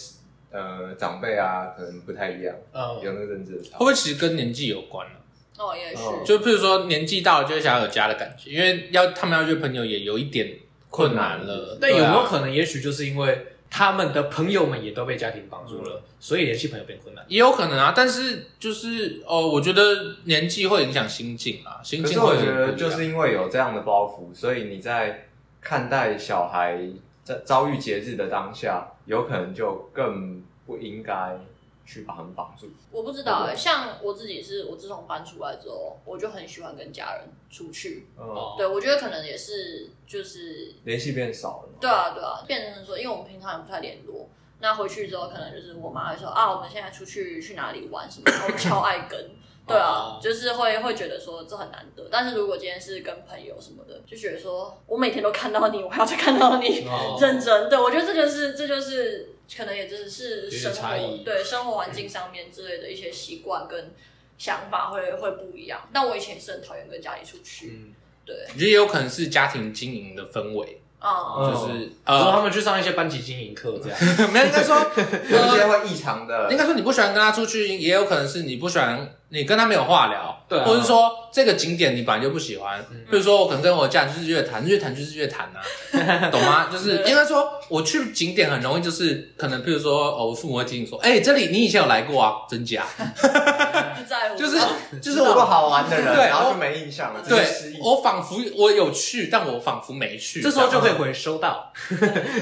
S2: 呃长辈啊，可能不太一样，
S3: 呃
S2: 有那个认知的差
S1: 会
S2: 异
S1: 不。会其实跟年纪有关啊呢、
S4: 哦，也是，
S2: 哦
S1: 就譬如说年纪大了就会想要有家的感觉，因为要他们要约朋友也有一点困难了。啊
S3: 但有没有
S1: 能？
S3: 可能，也许就是因为他们的朋友们也都被家庭绑住了，所以联系朋友变困难？
S1: 也有可能啊，但是就是哦，我觉得年纪会影响心境啊，心
S2: 可
S1: 境
S2: 是
S1: 会
S2: 我
S1: 有
S2: 觉
S1: 点
S2: 得
S1: 不一
S2: 就
S1: 样
S2: 是因为有这样的包袱，所以你在看待小孩在遭遇节日的当下，有可能就更不应该去把他们绑住。
S4: 我不知道、欸
S2: 对
S4: 像我自己是，我自从搬出来之后，我就很喜欢跟家人出去。
S3: 哦
S2: 嗯，
S4: 对，我觉得可能也是，就是
S2: 联系变少了嘛。
S4: 对啊，对啊，变成说，因为我们平常也不太联络，那回去之后，可能就是我妈会说啊，我们现在出去去哪里玩什么，我们超爱跟。对啊
S3: 哦，
S4: 就是会会觉得说这很难得，但是如果今天是跟朋友什么的，就觉得说我每天都看到你，我还要再看到你，
S3: 哦
S4: 认真。对，我觉得这就是这就是可能也只是
S3: 点
S4: 生
S3: 差
S4: 活
S3: 异
S4: 对生活环境上面之类的一些习惯跟想法会会不一样。但我以前也是很讨厌跟家里出去，
S3: 嗯，
S4: 对，
S1: 我觉得也有可能是家庭经营的氛围，
S4: 嗯，
S1: 就
S2: 哦
S1: 是
S3: 然后
S1: 呃，
S3: 他们去上一些班级经营课，这样
S1: 没有应该说，
S2: 有一些
S1: 呃
S2: 会异常的
S1: 应，该说你不喜欢跟他出去，也有可能是你不喜欢你跟他没有话聊，
S3: 对啊
S1: 或者说这个景点你本来就不喜欢
S3: 嗯。
S1: 比如说我可能跟我家人就是乐坛，乐坛就是乐坛 啊，懂吗？就是
S4: 对
S1: 应该说我去景点很容易就是可能，譬如说哦，我父母会提醒说，哎，这里你以前有来过啊，真假？
S4: 不在乎，
S3: 哦
S1: 就是就是
S2: 这么
S1: 我。
S2: 好玩的人，
S1: 对
S2: 然后就没印象了，直接失
S1: 对
S2: 忆，。
S1: 我仿佛我有去，但我仿佛没去。
S3: 这时候就 可以
S1: 回。
S3: 回收到。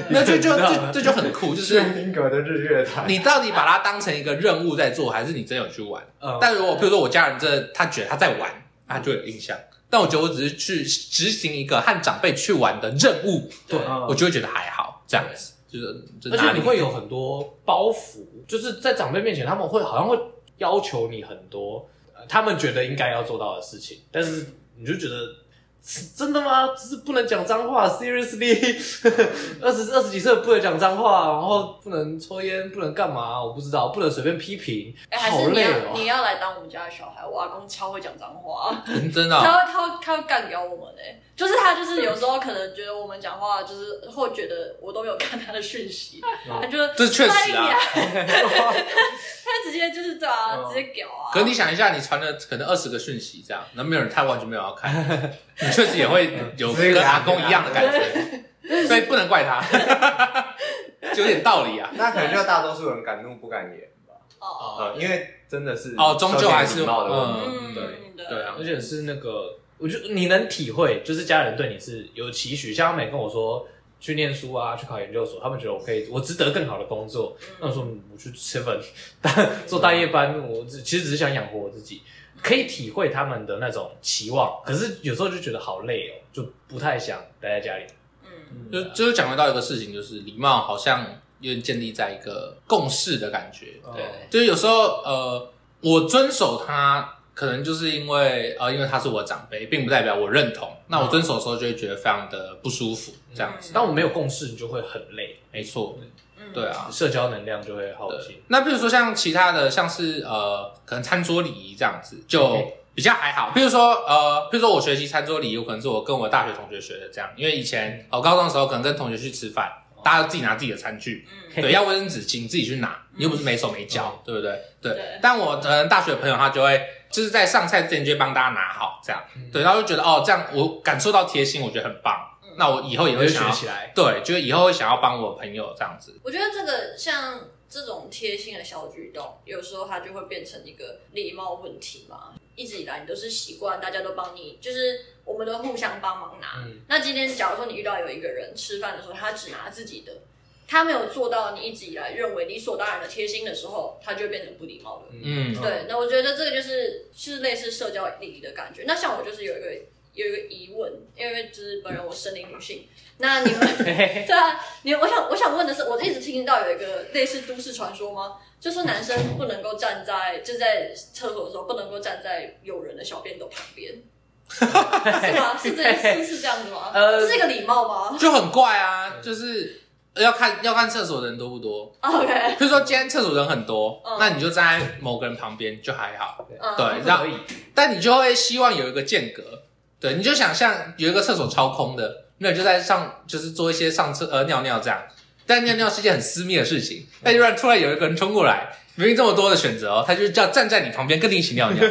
S1: 那就就
S3: 你知道
S1: 这
S3: 吗
S1: 这就很酷，就是
S2: 是英格的日月潭。
S1: 你到底把它当成一个任务在做，还是你真有去玩？
S3: 嗯
S1: 但如果譬如说我家人真的他觉得他在玩，他就有印象。但我觉得我只是去执行一个和长辈去玩的任务，
S3: 对，
S2: 嗯
S1: 我就会觉得还好，这样子就是就是
S3: 而
S1: 哪
S3: 且
S1: 里
S3: 你会有很多包袱，就是在长辈面前，他们会好像会要求你很多、呃他们觉得应该要做到的事情，但是你就觉得。是真的吗？只是不能讲脏话，seriously，二十二十几岁不能讲脏话，然后不能抽烟，不能干嘛？我不知道，不能随便批评，
S4: 哎，还
S3: 好
S4: 是你
S3: 累
S4: 要、
S3: 哦
S4: 你。要来当我们家的小孩？我阿公超会讲脏话，
S1: 嗯真的哦、
S4: 他会他会他会干掉我们哎、就是他就是有时候可能觉得我们讲话就是会觉得我都没有看他的讯息，他就
S1: 哦这确实
S4: 哎
S1: 啊哦
S4: 呀。 他直接就是对啊，
S2: 嗯
S4: 直接屌啊，
S1: 可是你想一下，你传了可能二十个讯息这样，那没有人他完全没有要看，你确实也会有
S2: 所以
S1: 跟
S2: 两
S1: 阿公一样的感觉，所以不能怪他，有点道理啊。
S2: 那可能就大多数人敢怒不敢言吧，
S3: 啊
S4: 哦，
S2: 呃，因为真的是
S1: 哦终究还是
S2: 收敛礼貌的问题。
S1: 嗯
S4: 嗯，
S1: 对
S4: 对
S1: 对啊
S3: 而且是那个，我就你能体会，就是家人对你是有期许，像他们也跟我说去念书啊，去考研究所，他们觉得我可以，我值得更好的工作。那我说嗯我去 seven 当嗯做大夜班，我只其实只是想养活我自己，可以体会他们的那种期望，可是有时候就觉得好累哦，就不太想待在家里。
S4: 嗯
S1: 就就是讲得到一个事情，就是礼貌好像有点建立在一个共识的感觉。
S2: 嗯
S3: 对
S1: 哦就是有时候呃，我遵守他，可能就是因为呃，因为他是我长辈，并不代表我认同。那我遵守的时候就会觉得非常的不舒服，这样子。
S3: 当我没有共识，你就会很累，
S1: 没错，
S4: 嗯
S1: 对啊。
S3: 社交能量就会耗
S1: 对
S3: 尽。
S1: 那比如说像其他的，像是呃，可能餐桌礼仪这样子，就比较还好。比如说呃，比如说我学习餐桌礼仪，有可能是我跟我大学同学学的这样，因为以前我、呃高中的时候可能跟同学去吃饭，大家自己拿自己的餐具，
S4: 嗯，
S1: 对，要卫生纸巾自己去拿，你又不是没手没脚，对不对？对
S4: 对。
S1: 但我呃大学朋友他就会就是在上菜之前就会帮大家拿好，这样，对，然后就觉得哦，这样我感受到贴心，我觉得很棒。那我以后也
S3: 你
S1: 会
S3: 会
S1: 想
S3: 学
S1: 要，
S3: 起来，
S1: 对，就是以后会想要帮我朋友这样子。
S4: 我觉得这个像这种贴心的小举动，有时候它就会变成一个礼貌问题嘛。一直以来你都是习惯大家都帮你，就是我们都互相帮忙拿。
S3: 嗯
S4: 那今天假如说你遇到有一个人吃饭的时候，他只拿自己的，他没有做到你一直以来认为理所当然的贴心的时候，他就会变成不礼貌的。
S1: 嗯
S4: 对，那我觉得这个就是是类似社交礼仪的感觉。那像我就是有一个有一个疑问，因为就是本人我生理女性，那你们对啊，你我想我想问的是，我一直听到有一个类似都市传说吗？就说男生不能够站在就是在厕所的时候不能够站在有人的小便斗旁边， 是吗？是这是是这样子吗？
S3: 呃
S4: 这是一个礼貌吗
S1: 就很怪啊，就是要看要看厕所的人多不多。
S4: ？OK，
S1: 比如说今天厕所人很多，
S4: 嗯
S1: 那你就站在某个人旁边就还好，
S4: 嗯，
S1: 对，
S3: 不
S1: 然
S3: 可
S1: 后
S3: 以，
S1: 但你就会希望有一个间隔，对，你就想象有一个厕所超空的，那你就在上就是做一些上厕呃尿尿这样，但尿尿是一件很私密的事情，
S2: 嗯
S1: 但突然突然有一个人冲过来。明明这么多的选择哦，他就是叫站在你旁边跟你一起 尿尿，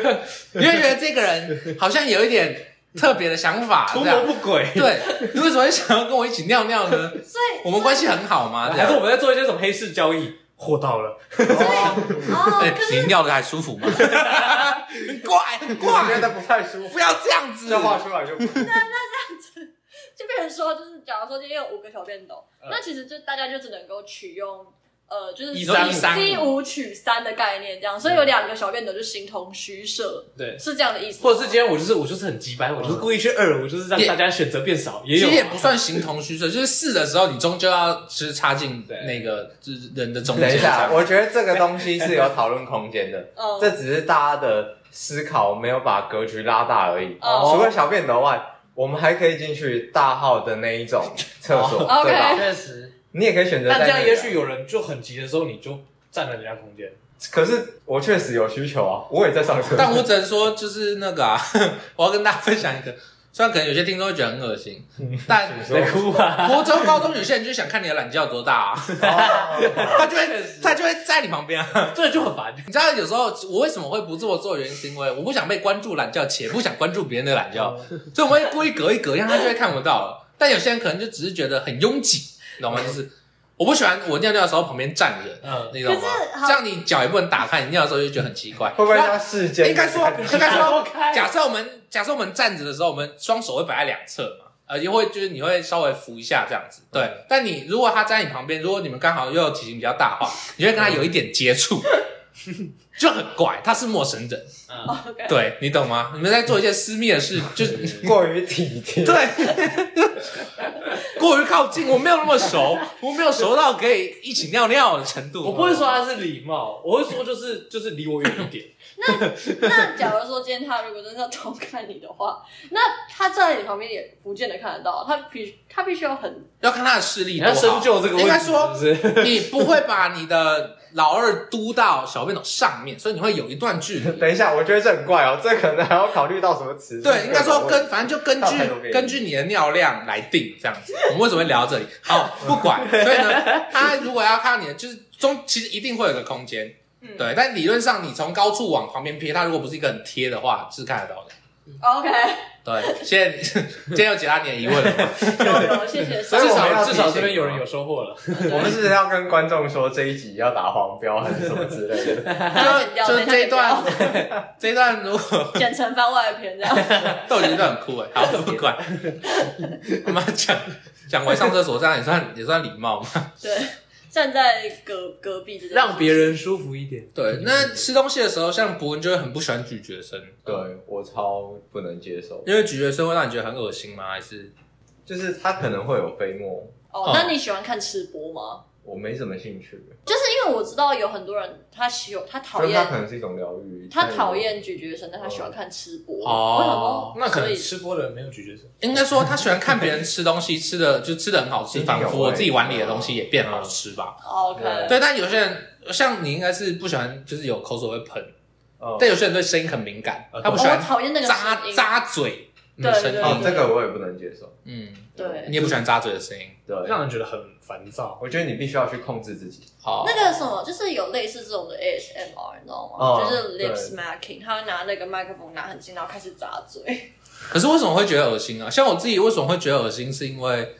S1: 你会觉得这个人好像有一点特别的想法，
S3: 图
S1: 这样
S3: 谋不轨。
S1: 对，你为什么会想要跟我一起尿尿 呢？
S4: 所以
S1: 我们关系很好吗？这
S3: 还是我
S1: 样，
S3: 们在做一些什么黑市交易？货到 了，
S4: 哦，
S1: 哎
S4: 可是
S1: 你尿的还舒服吗？ 很怪，很
S2: 我
S1: 怪，
S2: 觉得不太舒服，
S1: 不要这样子
S2: 这。话出来就 不
S4: 就变成说，就是假如说今天有五个小便斗，
S3: 嗯
S4: 那其实就大家就只能够取用呃，就是
S1: 以
S4: 以
S1: 三
S4: 以五取三的概念这样，所以有两个小便斗就形同虚设，
S3: 对，
S4: 是这样的意思
S3: 嗯
S4: 吗。
S3: 或者是今天我就是我就是很急白，我就是故意去二，我就是让
S1: 也
S3: 大家选择变少，也
S1: 其
S3: 有啊
S1: 实也不算形同虚设， 就是试的时候，你终究要就是插进
S3: 对
S1: 那个就是人的中间。
S2: 等一下，
S1: 这样
S2: 我觉得这个东西是有讨论空间 的，
S4: 嗯，
S2: 这只是大家的思考没有把格局拉大而已。
S4: 哦
S2: 除了小便斗外，我们还可以进去大号的那一种厕所，
S4: 哦
S2: 对吧
S4: OK
S3: 确实。
S2: 你也可以选择在
S3: 啊但
S2: 那
S3: 这
S2: 里啊。
S3: 样也许有人就很急的时候，你就占了人家空间。
S2: 可是我确实有需求啊，我也在上厕所。
S1: 但我只能说，就是那个啊， 我要跟大家分享一个，虽然可能有些听众会觉得很恶心，但
S2: 请说
S3: 在哭啊！
S1: 国中、高中有些人就想看你的懒觉有多大啊，
S2: 哦
S1: 他就会他就会在你旁边啊。
S3: 这就很烦。
S1: 你知道有时候我为什么会不这么做，原因是因为我不想被关注懒觉，且不想关注别人的懒觉，所以我们会故意隔一隔，让他就会看不到了。但有些人可能就只是觉得很拥挤，你懂吗？就是我不喜欢我尿尿的时候旁边站人，
S3: 嗯，
S1: 你懂吗
S4: 可是？好
S1: 这样你脚也不能打开，你尿的时候就觉得很奇怪。
S2: 会不会
S1: 那
S2: 像世间？
S1: 应该说，应该
S3: 打
S1: 说
S3: 不，开
S1: 假设我们假设我们站着的时候，我们双手会摆在两侧嘛，呃，也会就是你会稍微扶一下这样子。对，但你如果他站在你旁边，如果你们刚好又体型比较大的话，你会跟他有一点接触， 就很怪，他是陌生人，
S3: 嗯，
S4: OK，
S1: 对你懂吗？你们在做一件私密的事，就是
S3: 嗯
S2: 过于体贴。
S1: 对，过于靠近，我没有那么熟，我没有熟到可以一起尿尿的程度。
S3: 我不会说他是礼貌，我会说就是就是离我远一点。
S4: 那假如说今天他如果真的要偷看你的话， 那他站在你旁边也不见得看得到，他必他必须要很
S1: 要看他的视力
S3: 你
S1: 多好，
S3: 要深究这个问题，
S1: 应该说，
S3: 是不 是
S1: 你不会把你的老二嘟到小便斗上面，所以你会有一段距离。
S2: 等一下，我觉得这很怪哦，这可能还要考虑到什么 词？
S1: 对，应该说跟反正就根
S2: 到太多
S1: 据
S2: 遍
S1: 根据你的尿量来定这样子。我们为什么会聊到这 里？好，不管。所以呢，他如果要看到你的，就是中其实一定会有个空间，
S4: 嗯
S1: 对。但理论上你从高处往旁边瞥，它如果不是一个很贴的话，是看得到的。
S4: OK，
S1: 对，现 在今天有解答你的疑问了吗。
S4: 有有谢谢，
S2: 所以
S3: 至
S2: 我们要
S3: 少
S2: 提醒
S3: 至少这边有人有收获了。
S2: 我们是要跟观众说这一集要打黄标还是什么之类的？
S4: 他剪掉
S1: 就
S4: 等
S1: 是这一
S4: 一下
S1: 段
S4: 剪掉，
S1: 这一段如果
S4: 剪成番外篇这样。
S1: 豆姐段很酷哎，好不管，我们讲讲回上厕所，这样也算也算礼貌嘛。
S4: 对，站在隔隔壁这件事
S3: 让别人舒服一点。嗯
S1: 对，那吃东西的时候，像博文就会很不喜欢咀嚼声，
S2: 对我超不能接受，
S1: 因为咀嚼声会让你觉得很恶心吗？还是
S2: 就是它可能会有飞沫，
S4: 哦，那你喜欢看吃播吗？
S2: 我没什么兴趣，
S4: 就是因为我知道有很多人他喜欢他讨
S2: 就是它可
S4: 厌
S2: 能是一种疗愈。
S4: 他
S2: 但
S4: 讨厌咀嚼声，但他喜欢看吃播。
S1: 哦
S4: 我想说
S3: 那可
S4: 所
S3: 能
S4: 以
S3: 吃播的人没有咀嚼声。
S1: 应该说他喜欢看别人吃东西，吃的就吃的很好吃，
S2: 一定
S1: 仿
S2: 有
S1: 佛
S2: 味嗯
S1: 我自己碗里的东西也变好吃吧。
S4: 哦 OK，
S2: 对
S1: 对，但有些人像你应该是不喜欢，就是有口水会喷，
S2: 哦
S1: 但有些人对声音很敏感
S3: 呃，
S1: 他不
S4: 哦
S1: 喜
S4: 我
S1: 欢
S4: 讨厌那个
S1: 扎
S4: 声音。
S1: 扎嘴的
S4: 对
S1: 声
S4: 对
S2: 哦，
S1: 音，
S2: 这个我也不能接受。
S1: 嗯，
S4: 对，
S1: 你也不喜欢扎嘴的声音。
S2: 对，
S3: 让人觉得很烦躁。
S2: 我觉得你必须要去控制自己。
S1: 好，
S4: 那个什么，就是有类似这种的 ASMR，你知道吗？
S2: 哦
S4: 就是
S2: 对
S4: lip smacking，他会拿那个麦克风拿很近，然后开始扎嘴。
S1: 可是为什么会觉得恶心啊？像我自己为什么会觉得恶心，是因为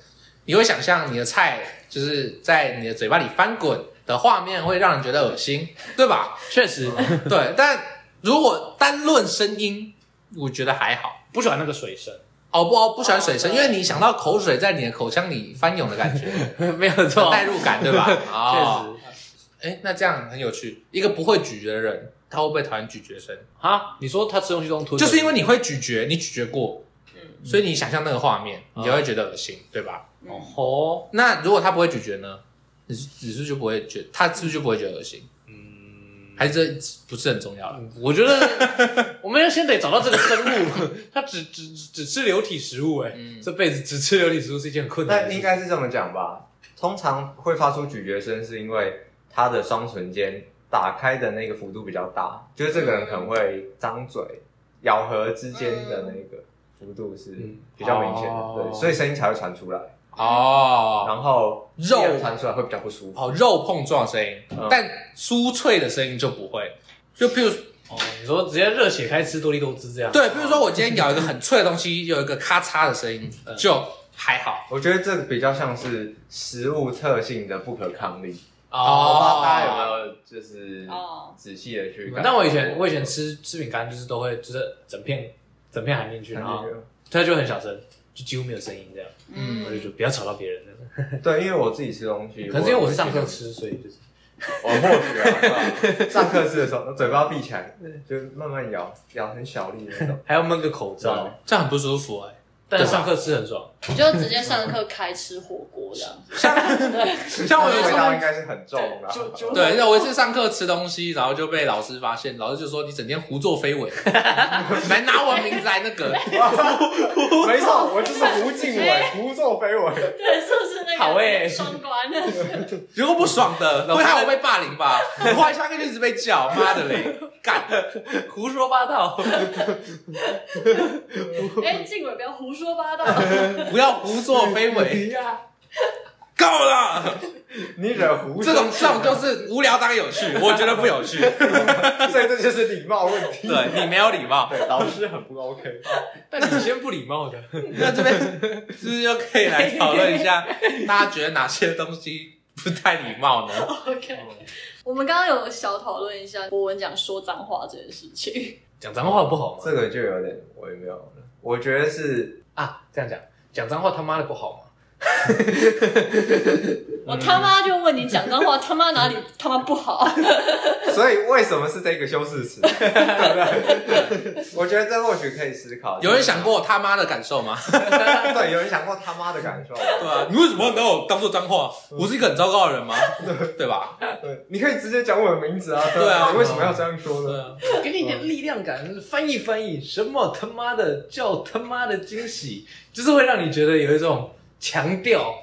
S1: 你会想象你的菜就是在你的嘴巴里翻滚的画面，会让人觉得恶心，对吧？
S3: 确实，
S1: 对，但如果单论声音，我觉得还好。
S3: 不喜欢那个水声，
S1: 哦不哦，不喜欢水声，
S4: 哦
S1: 因为你想到口水在你的口腔里翻涌的感觉，
S3: 没有
S1: 有
S3: 错，
S1: 代入感，对吧？哦，
S3: 确实。
S1: 哎，那这样很有趣。一个不会咀嚼的人，他会不会讨厌咀嚼声？
S3: 啊，你说他吃东西都用吞的，
S1: 就是因为你会咀嚼，你咀嚼过，
S4: 嗯，
S1: 所以你想象那个画面，你就
S3: 哦
S1: 会觉得恶心，对吧？
S4: 嗯
S3: 哦，
S1: 那如果他不会咀嚼呢？你是你是不是就不会觉，他是不是就不会觉得恶心？
S3: 嗯，
S1: 还是这不是很重要了？
S3: 嗯我觉得我们要先得找到这个生物， 它只只只吃流体食物，哎，
S1: 嗯
S3: 这辈子只吃流体食物是一件很困难
S2: 但
S3: 的事
S2: 应
S3: 情。
S2: 该是这么讲吧，通常会发出咀嚼声，是因为他的双唇间打开的那个幅度比较大，就是这个人可能会张嘴，咬合之间的那个幅度是比较明显的，
S1: 嗯
S3: 哦
S2: 对，所以声音才会传出来，
S1: 哦
S2: 然后
S1: 肉
S2: 这样传出来会比较不舒服。
S1: 哦，肉碰撞声音，
S2: 嗯
S1: 但酥脆的声音就不会。就譬如
S3: 哦，你说直接热血开吃多利多汁这样，
S1: 对，譬如说我今天咬一个很脆的东西，有一个咔嚓的声音，
S3: 嗯
S1: 就还好。
S2: 我觉得这个比较像是食物特性的不可抗力，我不知
S1: 哦
S2: 道大家有没有就是
S4: 哦，
S2: 仔细的去感受过。
S3: 嗯但我以前我以前吃吃饼干就是都会就是整片整片含进去，然后它就很小声，就几乎没有声音这样，
S1: 嗯
S3: 我就觉得不要吵到别人了。
S2: 对，因为我自己吃东西，
S3: 可能是因为我是上
S2: 啊
S3: 课吃，所以就是
S2: 我或许啊，上课吃的时候嘴巴闭起来，就慢慢咬，咬很小力那种。
S3: 还要闷个口罩，
S1: 这样很不舒服哎、
S3: 但是上课吃很爽。
S4: 你就直接上课开吃火锅这样。
S1: 像我有一
S2: 味道
S1: 次，
S2: 应该是很重的啊。
S4: 就就
S1: 对，我有一次上课吃东西，然后就被老师发现，老师就说你整天胡作非为，来拿我名字来那个。
S2: 没错，我就是胡静伟， 胡作非为。
S4: 对，是不是那个
S3: 好欸
S4: 双关的？
S1: 如果不爽的，会害我被霸凌吧？我后来下课就一直被叫，妈的嘞，干！
S3: 胡说八道，
S4: 哎，静伟不要胡说 八道。
S1: 不要胡作非为，够了！
S2: 你惹胡
S1: 这
S2: 说
S1: 种这种就是无聊当有 趣，我觉得不有趣。
S2: 所以这就是礼貌问 题。
S1: 对你没有礼貌，
S2: 对，老师很 不 OK。
S3: 但你先不礼貌的，
S1: 那这边是不是就可以来讨论一下， 大家觉得哪些东西不太礼貌呢？
S4: OK，我
S2: 哦
S4: 们刚刚有小讨论一下博文讲说脏话这件事情。
S3: 讲脏话不好吗？
S2: 这个就有点微妙了。我觉得是，
S3: 啊，这样讲，讲脏话他妈的不好吗？
S2: 嗯
S4: 我他妈就问你讲脏 话，他妈哪里他妈不好？
S2: 哦所以为什么是这个修 饰词？对不对？我觉得这或许可以思考。
S1: 有人想？过他妈的感受吗？
S2: 对，有人想过他妈的感受吗？
S1: 对啊，你为什么要拿我当做脏话？我是一个很糟糕的人吗？对吧？
S2: 对，你可以直接讲我的 名字啊。
S1: 对啊
S2: 你为什么要这样说
S1: 对
S2: 呢？
S1: 啊，
S3: 给你一点力量感，就是翻译翻译，什么他妈的叫他妈的惊喜，就是会让你觉得有一种强调。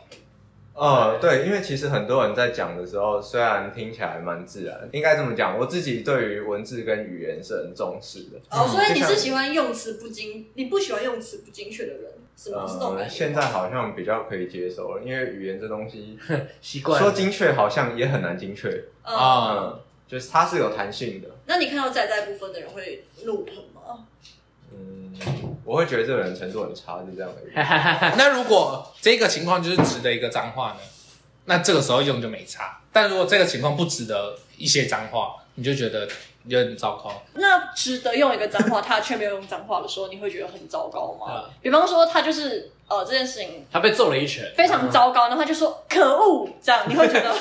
S2: 呃，对，因为其实很多人在讲的时候，虽然听起来蛮自然，应该这么讲，我自己对于文字跟语言是很重视的。
S1: 嗯
S4: 哦，所以你
S2: 就是像
S4: 喜欢用词不精，你不喜欢用词不精确的人，是吗？是这种感
S2: 呃，
S4: 觉。
S2: 现在好像比较可以接受了，因为语言这东西
S3: 习惯
S2: 说精确好像也很难精确，
S4: 啊、
S1: 啊
S2: 嗯，就是它是有弹性的。
S4: 那你看到在在部分的人会怒喷吗？
S2: 嗯，我会觉得这个人程度很差，就这样而已。
S1: 那如果这个情况就是值得一个脏话呢？那这个时候用就没差。但如果这个情况不值得一些脏话，你就觉得有点糟糕。
S4: 那值得用一个脏话，他却没有用脏话的时候，你会觉得很糟糕吗？
S3: 啊
S4: 比方说，他就是呃这件事情
S3: 他被揍了一拳，
S4: 非常糟糕，然后他就说可恶，这样你会觉得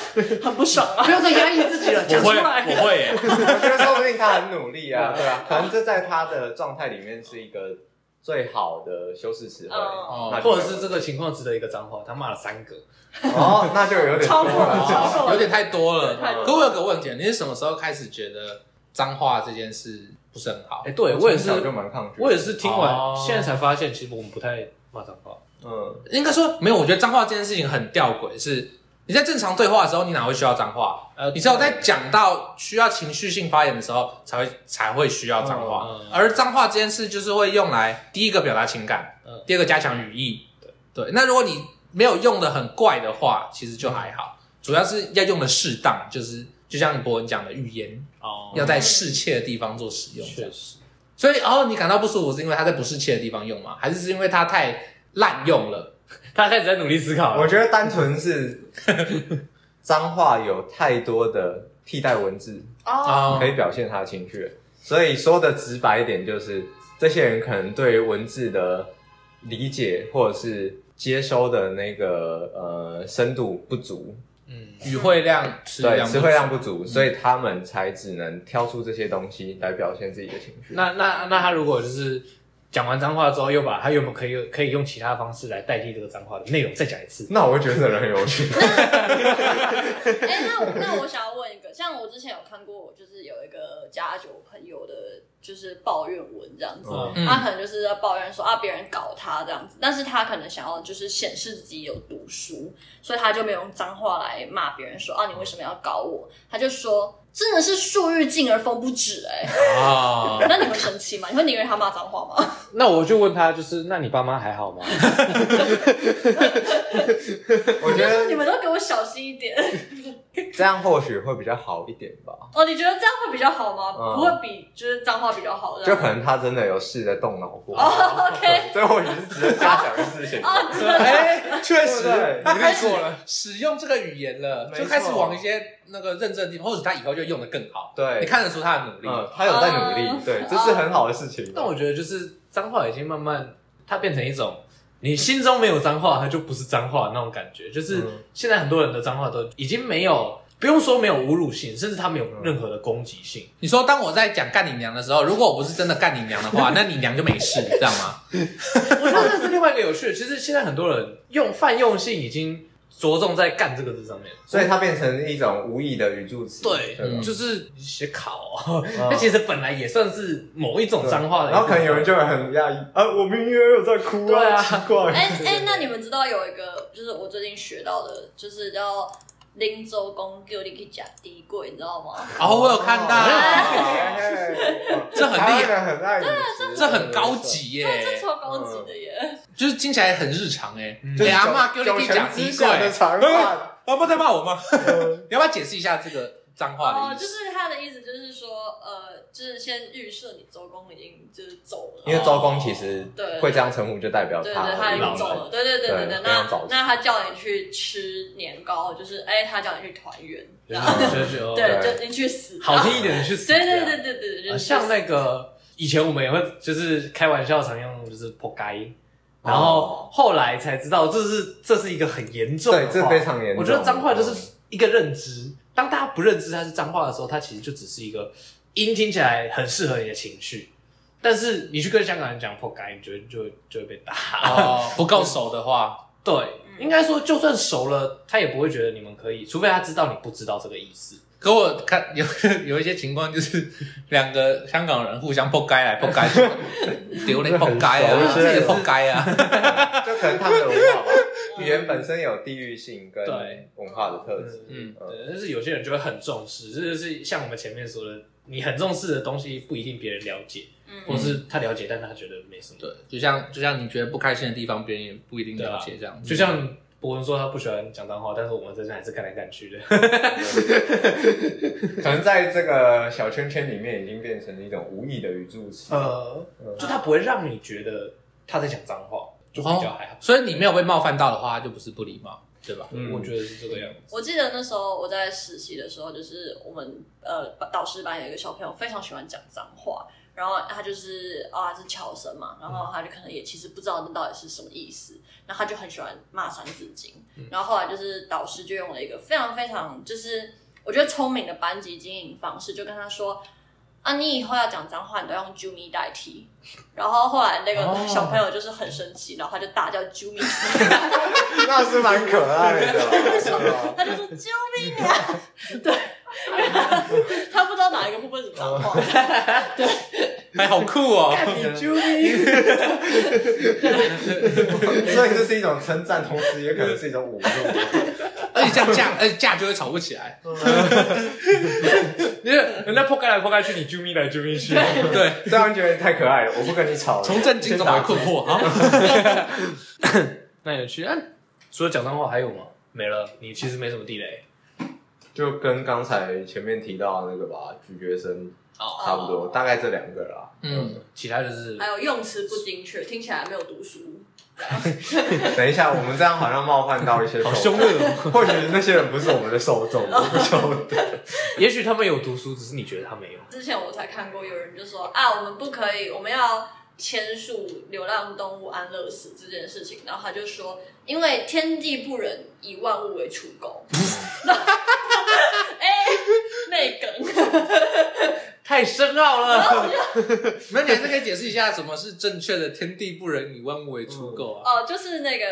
S4: 很 不爽吗？
S3: 要再压抑自己了，
S1: 我会，我会耶、
S2: 我觉得说不定他很努力啊，对啊，可能这在他的状态里面是一个最好的修饰词汇，
S4: 哦
S2: 那就没有
S3: 或者是这个情况值得一个脏话，他骂了三个，
S2: 哦，那就有点啊
S4: 超过
S2: 多
S4: 了，超
S2: 了。
S3: 哦
S4: 过了，
S1: 有点太多了。
S4: 太多了
S1: 可我有个问题，你是什么时候开始觉得脏话这件事不是很好
S3: 哎、？对我也是
S2: 从，小就蛮抗拒的，
S3: 我也是听完、
S1: 哦
S3: 现在才发现，其实我们不太骂脏话。
S2: 嗯，
S1: 应该说没有，我觉得脏话这件事情很吊诡，是你在正常对话的时候，你哪会需要脏话？
S3: 呃
S1: 你只有在讲到需要情绪性发言的时候，才会才会需要脏话。
S3: 嗯嗯嗯
S1: 而脏话这件事就是会用来第一个表达情感，
S3: 嗯
S1: 第二个加强语义。对那如果你没有用的很怪的话，其实
S3: 嗯
S1: 就还好，主要是要用的适当，就是就像博文讲的语言，
S3: 哦
S1: 要在适切的地方做使用。
S3: 确实，
S1: 所以哦，你感到不舒服是因为他在不适切的地方用吗？还是是因为他太滥用了？
S3: 他开始在努力思考
S2: 我
S3: 了。
S2: 觉得单纯是脏话有太多的替代文字
S4: 哦，
S1: 啊、
S2: 可以表现他的情绪，所以说的直白一点，就是这些人可能对于文字的理解或者是接收的那个呃深度不足，
S3: 嗯，
S1: 语汇量、词
S2: 对，
S1: 量、嗯
S2: 词汇量不足，所以他们才只能挑出这些东西来表现自己的情绪。
S3: 那那那他如果就是讲完脏话之后，又把他原本可以可以用其他方式来代替这个脏话的内容再讲一次，
S2: 那我会觉得这人很有趣。
S4: 哎、那我那我想要问一个，像我之前有看过，就是有一个家酒朋友的，就是抱怨文这样子，
S2: 嗯
S1: 嗯
S4: 他可能就是在抱怨说啊别人搞他这样子，但是他可能想要就是显示自己有读书，所以他就没有用脏话来骂别人说啊你为什么要搞我，他就说真的是树欲静而风不止哎、
S1: 啊。
S4: 那你会生气吗？你会 宁愿他骂脏话吗？
S3: 那我就问他，就是那你爸妈还好吗？
S2: 我觉
S4: 你
S2: 得
S4: 们都给我小心一点
S2: 这样或许会比较好一点吧，
S4: 哦，你觉得这样会比较好吗？
S2: 嗯
S4: 不会比就是脏话比较
S1: 嗯
S4: 好的，
S2: 就可能他真的有试着动脑过，
S4: 哦 OK
S2: 所以或许是值得嘉奖的事情。
S4: 哦，真 的
S1: 哎，确
S2: 实
S1: 他
S2: 努
S1: 开
S2: 力
S1: 始
S2: 过了
S1: 使用这个语言了，
S2: 没错
S1: 就开始往一些那个认真的地方，或许他以后就用的更好。
S2: 对，
S1: 你，看得出他的努力。
S2: 嗯，他有在努力
S4: 哦，
S2: 对，这是很好的事情。
S3: 但我觉得就是脏话已经慢慢，它变成一种你心中没有脏话，它就不是脏话那种感觉。就是
S2: 嗯
S3: 现在很多人的脏话都已经没有，不用说没有侮辱性，甚至它没有
S2: 嗯
S3: 任何的攻击性。
S1: 你说，当我在讲干你娘的时候，如果我不是真的干你娘的 话，那你娘就没事，知道吗？
S3: 我觉得这是另外一个有趣的。其实现在很多人用泛用性已经着重在“干”这个字上面。
S2: 所以它变成一种无意的语助词，
S3: 对，
S2: 吧
S1: 嗯
S3: 就是写考、哦，
S2: 嗯
S3: 那、其实本来也算是某一种脏话的一
S2: 然
S3: 部分。
S2: 后可能有人就会很讶异，啊，我明明也有在哭
S3: 对啊
S2: 奇怪。
S4: 哎哎，那你们知道有一个，就是我最近学到的，就是叫“林州公叫你去假低贵”，你知道吗？
S1: 哦，我有 看
S2: 哎
S1: 到， 这 很厉害
S2: 台湾人很爱语词，
S1: 这很高级
S4: 这
S1: 耶，
S4: 超高级的耶！
S1: 就是听起来很日常哎。
S3: 嗯
S2: 就是
S1: 哎，
S2: 九。
S1: 阿妈给
S2: 九
S1: 我一
S2: 成
S1: 讲嗯
S2: 之
S1: 衣
S2: 下的
S1: 柜，
S2: 长发，
S1: 阿妈在骂我吗？ 你要不要解释一下这个脏话
S4: 哦
S1: 的，意
S4: 就
S1: 思？
S4: 是他的意思，就是说，呃，就是先预设你周公已经就是走了，
S2: 因为周公其实
S4: 对
S2: 会这样称呼，就代表
S4: 对对，
S2: 他
S4: 他已
S3: 老
S4: 经
S3: 了
S4: 走了，对对对对
S2: 对
S4: 对。
S2: 非常
S4: 那
S2: 早
S4: 那他叫你去吃年糕，就是哎，他叫你去团圆，
S3: 就
S4: 然后
S3: 是就是哦
S4: 对，
S2: 对
S4: 就你去死，
S3: 好听一点的去死。
S4: 对对对对对对，
S3: 啊，
S4: 就是
S3: 像那个以前我们也会就是开玩笑常用就是“破该”，
S4: 哦
S3: 然后后来才知道这是这是一个很严重的
S2: 对
S3: 话，
S2: 这非常严重。
S3: 我觉得脏话就是一个认知，当大家不认知它是脏话的时候，它其实就只是一个音听起来很适合你的情绪，但是你去跟香港人讲“破该”，你就会就会就会被打。
S1: 哦，不够熟的话，
S3: 对
S4: 嗯，
S3: 应该说就算熟了，他也不会觉得你们可以，除非他知道你不知道这个意思。
S1: 可我看 有有一些情况就是两个香港人互相扑街来扑街去， 丢脸扑街啊，
S2: 这很熟
S1: 自己扑街啊，
S2: 就可能他们的文 化吧，
S4: 嗯
S2: 语言本身有地域性跟
S3: 对
S2: 文化的特质。
S1: 嗯
S3: 对，但是有些人就会很重视，这就是像我们前面说的，你很重视的东西不一定别人了解，或
S4: 嗯，
S3: 是他了解，但他觉得没什么。
S1: 对，嗯就像就像你觉得不开心的地方，别人也不一定了解这样子，
S3: 就像博文说他不喜欢讲脏话，但是我们这边还是干来干去的。嗯
S2: 可能在这个小圈圈里面已经变成一种无意的语助词。
S1: 嗯
S3: 呃，就他不会让你觉得他在讲脏话，就比较还好。
S1: 所以你没有被冒犯到的话，就不是不礼貌，对吧？
S2: 嗯
S3: 我觉得是这个样子。
S4: 我记得那时候我在实习的时候，就是我们呃导师班有一个小朋友非常喜欢讲脏话，然后他就是啊、他是侨生嘛，然后他就可能也其实不知道那到底是什么意思，然后他就很喜欢骂《三字经》，然后后来就是导师就用了一个非常非常就是我觉得聪明的班级经营方式，就跟他说。啊，你以后要讲脏话，你都用 Jumi 代替。然后后来那
S1: 哦
S4: 个小朋友就是很生气，然后他就大叫 Jumi，
S2: 那是蛮可爱的 啦，对吧
S4: 他就说 Jumi 啊，对， 他不知道哪一个部分是脏话，
S1: 还好酷哦！
S3: 你救 命！
S2: 所以这是一种称赞，同时也可能是一种侮辱。
S1: 而且这样架，而且架就会吵不起来。
S3: 你看人家破盖来破盖去，你救命来救命去。
S1: 对，
S2: 这样觉得太可爱了，我不跟你吵了。
S1: 从震惊转为困惑啊！
S3: 那有趣。那啊除了讲脏话还有吗？没了，你其实没什么地雷。
S2: 就跟刚才前面提到的那个吧，咀嚼声
S3: 哦
S2: 差不多，大概这两个啦。
S1: 嗯，
S3: 其他就是
S4: 还有哎用词不精确，听起来没有读书。
S2: 等一下，我们这样好像冒犯到一些
S3: 好
S2: 受
S3: 凶
S2: 众，
S3: 恶哦。
S2: 或许那些人不是我们的受众，我不
S1: 哦
S2: 晓得。
S3: 也许他们有读书，只是你觉得他没有。
S4: 之前我才看过有人就说啊，我们不可以，我们要签署流浪动物安乐死这件事情，然后他就说，因为天地不仁，以万物为刍狗。 哎，内梗，
S3: 太深奥了。
S1: 那你还是可以解释一下什么是正确的“天地不仁，以万物为刍狗”啊？
S4: 哦，就是那个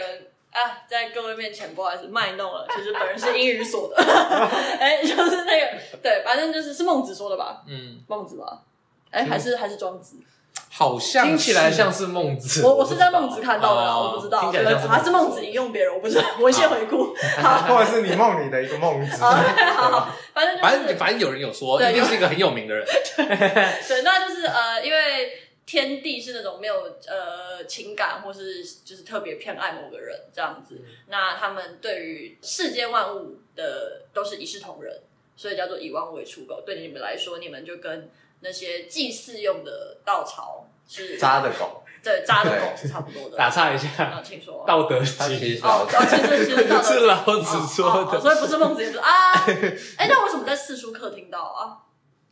S4: 啊，在各位面前不好意思卖弄了，其实本人是英语所的， 哎，就是那个对，反正就是是孟子说的吧，
S1: 嗯，
S4: 孟子吧，哎，还是还是庄子，
S1: 好像
S3: 听起来
S1: 是
S3: 像是孟子。
S4: 我我是在孟子看到的啦，
S1: 哦
S4: 我不知道，
S3: 听起
S4: 可
S3: 来像是
S4: 能
S3: 孟子啊
S4: 还是孟子引用别人，我不知道，文献回顾。好，
S2: 或者是你梦里的一个梦子，
S4: 反正就是，
S1: 反正反正有人有说，
S4: 对
S1: 一定是一个很有名的人。
S4: 对，那就是呃，因为天地是那种没有呃情感或是就是特别偏爱某个人这样子，
S3: 嗯
S4: 那他们对于世间万物的都是一视同仁，所以叫做以万物为刍狗。对你们来说，你们就跟那些祭祀用的稻草是
S2: 渣的狗，
S4: 对扎的狗是差不多的。
S3: 打岔一
S4: 啊，
S3: 下，
S4: 请说。
S3: 《道德
S2: 它其实
S3: 经
S2: 是》
S4: 哦，哦其实其实道 德
S3: 是老子说
S4: 哦哦哦
S3: 的。
S4: 所以不是孟子也是啊。哎，那为什么在四书课听到啊？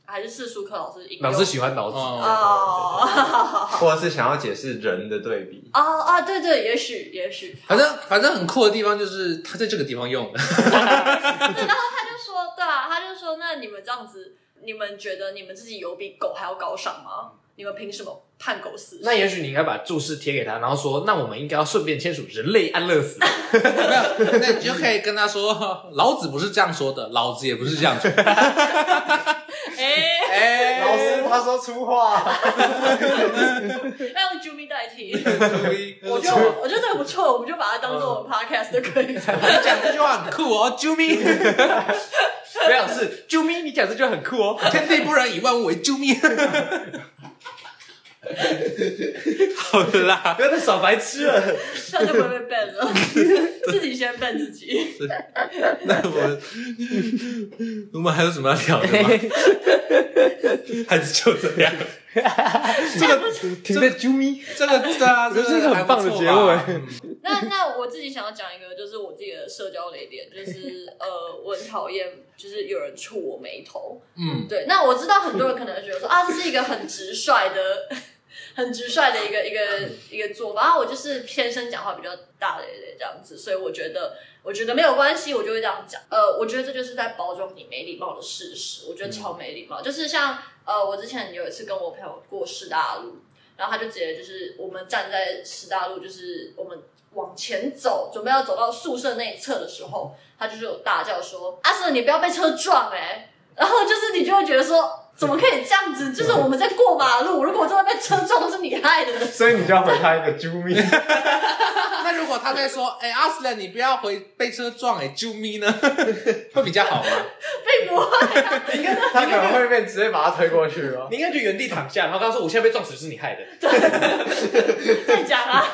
S4: 还是四书课老师引用
S3: 老师喜欢老子。
S4: 哦
S2: 或者是想要解释人的对比。
S4: 哦啊，对对，也许也许，
S1: 反正反正很酷的地方就是他在这个地方用的，
S4: 他就说对啊，他就说那你们这样子，你们觉得你们自己有比狗还要高尚吗？你们凭什么判狗死刑？
S3: 那也许你应该把注释贴给他，然后说，那我们应该要顺便签署人类安乐死。
S1: 没有，那你就可以跟他说，老子不是这样说的，老子也不是这样说的。
S4: 哎，
S1: 哎，
S2: 老师他说粗话，
S4: 要用 Jumi 代 替。
S1: 注意，
S4: 我觉得我我觉得这个不错，我嗯们就把它当做我们 podcast 的可以。
S1: 你 讲这句话很酷哦，啾咪，
S3: 没有，是啾咪，你讲这就很酷哦。
S1: 天地不仁，以万物为啾咪。好啦，
S3: 不要再耍白痴了。
S4: 这样就不会被 ban 了，自己先 ban 自己。
S1: 那我们我们还有什么要聊的吗？还是就这样？
S4: 这个
S3: 停在啾咪，
S1: 这个对啊，
S3: 这是
S1: 个
S3: 一个很棒的结尾。
S4: 那那我自己想要讲一个，就是我自己的社交雷点，就是呃，我很讨厌就是有人触我眉头。
S1: 嗯，
S4: 对，那我知道很多人可能觉得说啊，这是一个很直率的、 很直率的一个一个一个做法。啊，我就是天生讲话比较大咧咧这样子，所以我觉得我觉得没有关系，我就会这样讲。呃，我觉得这就是在包装你没礼貌的事实，我觉得超没礼貌。就是像呃，我之前有一次跟我朋友过师大路，然后他就直接就是我们站在师大路，就是我们往前走，准备要走到宿舍那一侧的时候，他就是有大叫说：“阿 Sir，你不要被车撞哎、然后就是你就会觉得说。怎么可以这样子？就是我们在过马路，如果真的被车撞，是你害的。
S2: 所以你就要回他一个啾 咪。
S1: 那如果他在说，哎，阿斯兰，你不要回被车撞，哎，啾咪呢， 会比较好吗？
S4: 并不会、啊，
S2: 他可能会被直接把他推过去哦。
S3: 你应该就原地躺下，然后跟他说：“我现在被撞死是你害的。
S4: 再讲啊！”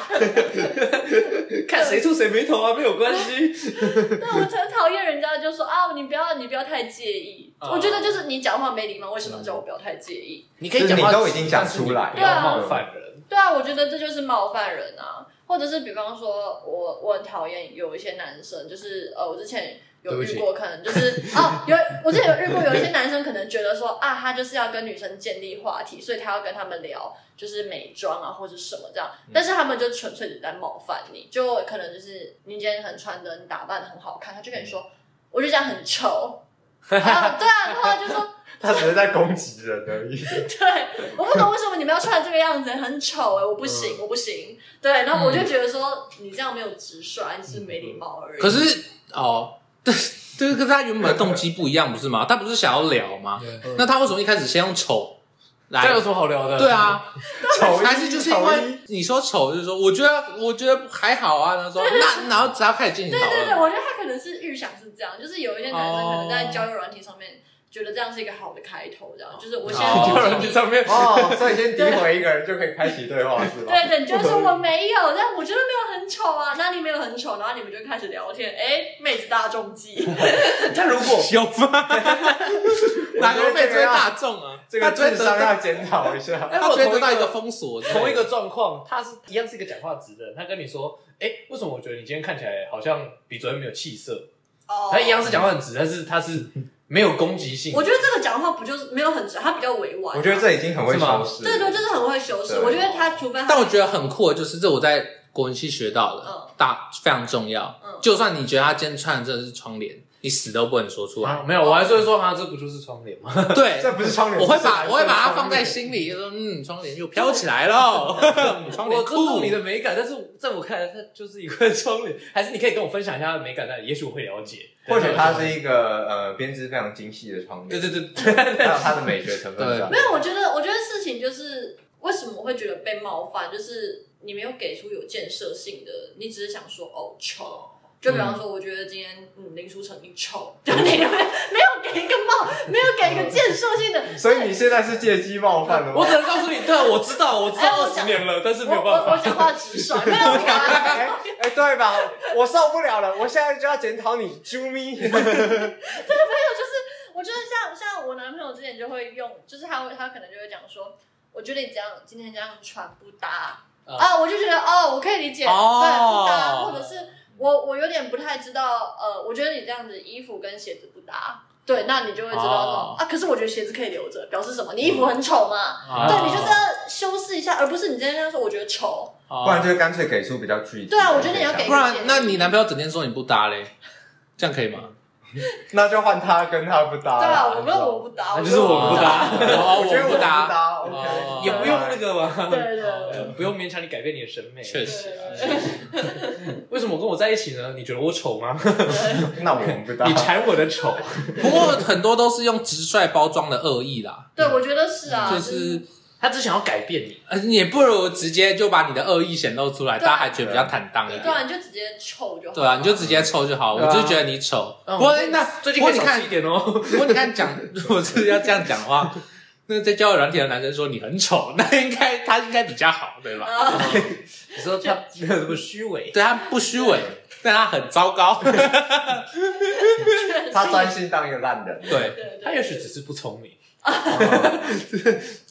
S3: 看谁触谁眉头啊，没有关系。
S4: 但我很讨厌人家就说啊，你不要，你不要太介意。
S3: 哦
S4: 我觉得就是你讲话没礼貌，为什么要叫我不要太介意？
S3: 你可以讲话，
S2: 你都已经讲出来了
S3: 不要冒犯人。
S4: 对啊，我觉得这就是冒犯人啊，或者是比方说，我我很讨厌有一些男生，就是呃，我之前有遇过，可能就是哦，有我之前有遇过有一些男生，可能觉得说啊，他就是要跟女生建立话题，所以他要跟他们聊就是美妆啊或者什么这样，但是他们就纯粹只在冒犯你，就可能就是你今天很穿的，你打扮的很好看，他就跟你说，我就这样很丑，啊，对啊，然后就说。
S2: 他只是在攻击人而已。
S4: 对，我不懂为什么你们要穿这个样子，很丑哎、我不行，我不行。对，然后我就觉得说，你这样没有直率，你只是没礼貌而已。
S1: 可是哦，对对，跟他原本的动机不一样，不是吗？他不是想要聊吗？那他为什么一开始先用丑来
S3: 这？有什么好聊的？
S1: 对，啊，
S2: 丑
S1: 还是就是因
S2: 丑
S1: 为你说丑，就是说我觉得我觉得还好啊，他说那然后只要开始进行讨
S4: 对对对，
S1: 论，
S4: 我觉得他可能是预想是这样，就是有一些男生可能在交友软体上面觉得这样是一个好的开头，这样就是我现在
S1: 哦
S4: 不
S3: 有
S4: 是
S3: 人去 上面，
S2: 哦，所以先诋毁一个人就可以开启对话是吗？
S4: 对对，你就会说我没有，但我觉得没有很丑啊，那你没有很丑，然后你们就开始聊天，哎，妹子大众计，
S3: 但如果
S1: 有 吗？哪个被追大众啊？
S2: 这个
S1: 他追
S2: 智
S1: 得
S2: 商
S1: 到
S2: 要检讨一下。
S1: 他追得到一个封锁，
S3: 同一个状况，他是一样是一个讲话直的人，他跟你说，哎、为什么我觉得你今天看起来好像比昨天没有气色？
S4: 哦
S3: 他一样是讲话很直，但是他是没有攻击性。
S4: 我觉得这个讲话不就是没有很直，他比较委婉。啊
S2: 我觉得这已经很会修饰。
S4: 对对，就是很会修饰。
S2: 对
S4: 我觉得他除非他，
S1: 但我觉得很酷，的就是这我在国文系学到的，
S4: 嗯
S1: 大非常重要。
S4: 嗯
S1: 就算你觉得他今天穿的真的是窗帘，你死都不能说 出来。
S3: 啊，没有，我还是会说，啊，这不就是窗帘 吗？
S1: 对，
S2: 这不是窗帘，
S1: 我会
S2: 这是
S1: 把我会把它放在
S2: 窗
S1: 心里，就说嗯，窗帘又飘起来 喽，嗯窗帘
S3: 我尊
S1: 酷
S3: 重你。的美感，但是在我看来，它就是一 块窗帘。还是你可以跟我分享一下它的美感，那也许我会了解。
S2: 帘，或许它是一个呃编织非常精细的窗帘。
S3: 对对对对，
S2: 还有它的美学成分在
S4: 没。有，我觉得我觉得事情就是为什么我会觉得被冒犯，就是你没有给出有建设性的，你只是想说哦丑。就比方说，我觉得今天嗯林书成你丑，就你没有没有给一个冒，没有给一个建设性的，
S2: 所以你现在是借机冒犯了吗
S3: 我？只能告诉你，对，啊我知 道，我知
S4: 哎
S3: 道
S4: 我
S3: 二十
S4: 讲
S3: 年了，但是
S4: 我
S3: 没有办
S4: 我
S3: 法。
S4: 我讲话直率，没有 我
S2: 哎哎，对吧？我受不了了，我现在就要检讨你，啾咪。
S4: 我觉得像像我男朋友之前就会用，就是他会他可能就会讲说，我觉得你这样今天这样穿不搭、
S3: 嗯
S4: 啊，我就觉得哦，我可以理解，
S1: 哦
S4: 对不搭，或者是我我有点不太知道，呃，我觉得你这样子衣服跟鞋子不搭，对，那你就会知道说、
S1: 哦
S4: 啊，可是我觉得鞋子可以留着，表示什么？你衣
S3: 嗯
S4: 服很丑嘛，
S3: 哦
S1: 啊
S4: 哎对你就是要修饰一下，而不是你今天这样说我觉得丑，
S2: 不然
S1: 哦
S2: 就干脆给出比较具体。
S4: 对啊我觉得你要给
S1: 不然，那你男朋友整天说你不搭嘞，这样可以吗？
S2: 那就换他跟他不搭。
S4: 对吧？我没有我不搭，
S3: 哦那就是
S4: 觉得
S3: 我不搭，
S1: 哦，
S2: 我觉得
S1: 不
S2: 不
S1: 搭，
S2: 搭
S1: 哦
S2: ，OK，
S3: 也不用那个吧，
S4: 对对对。
S3: 不用勉强你改变你的审美。
S1: 确
S4: 对
S1: 实啊。
S3: 为什么跟我在一起呢？你觉得我丑 吗？
S2: 那我们不搭
S3: 你。馋我的丑，
S1: 不过很多都是用直率包装的恶意啦，
S4: 对，我觉得是啊，
S1: 就是
S3: 他只想要改变你。
S1: 呃也不如直接就把你的恶意显露出来，
S4: 对啊
S1: 大家还觉得比较坦荡一
S4: 对啊，
S1: 点。
S4: 你就直接臭就好。
S1: 对啊，你就直接抽就好，
S3: 对
S1: 我
S3: 啊
S1: 就觉得你丑。
S3: 嗯
S1: 不过
S3: 最近
S1: 那
S3: 最近
S1: 不过
S3: 可以
S1: 你
S3: 少
S1: 看
S3: 吃一，点哦。
S1: 如果你看讲， 如果是要这样讲的话，那在交友软体的男生说你很丑， 那应该他应该比较好，对吧？
S4: 啊，
S3: 你说他没有那么虚伪，
S1: 对他不虚伪，但他很糟糕。
S2: 他专心当一个烂人。嗯
S1: 对，
S4: 对对
S3: 他也许只是不聪明，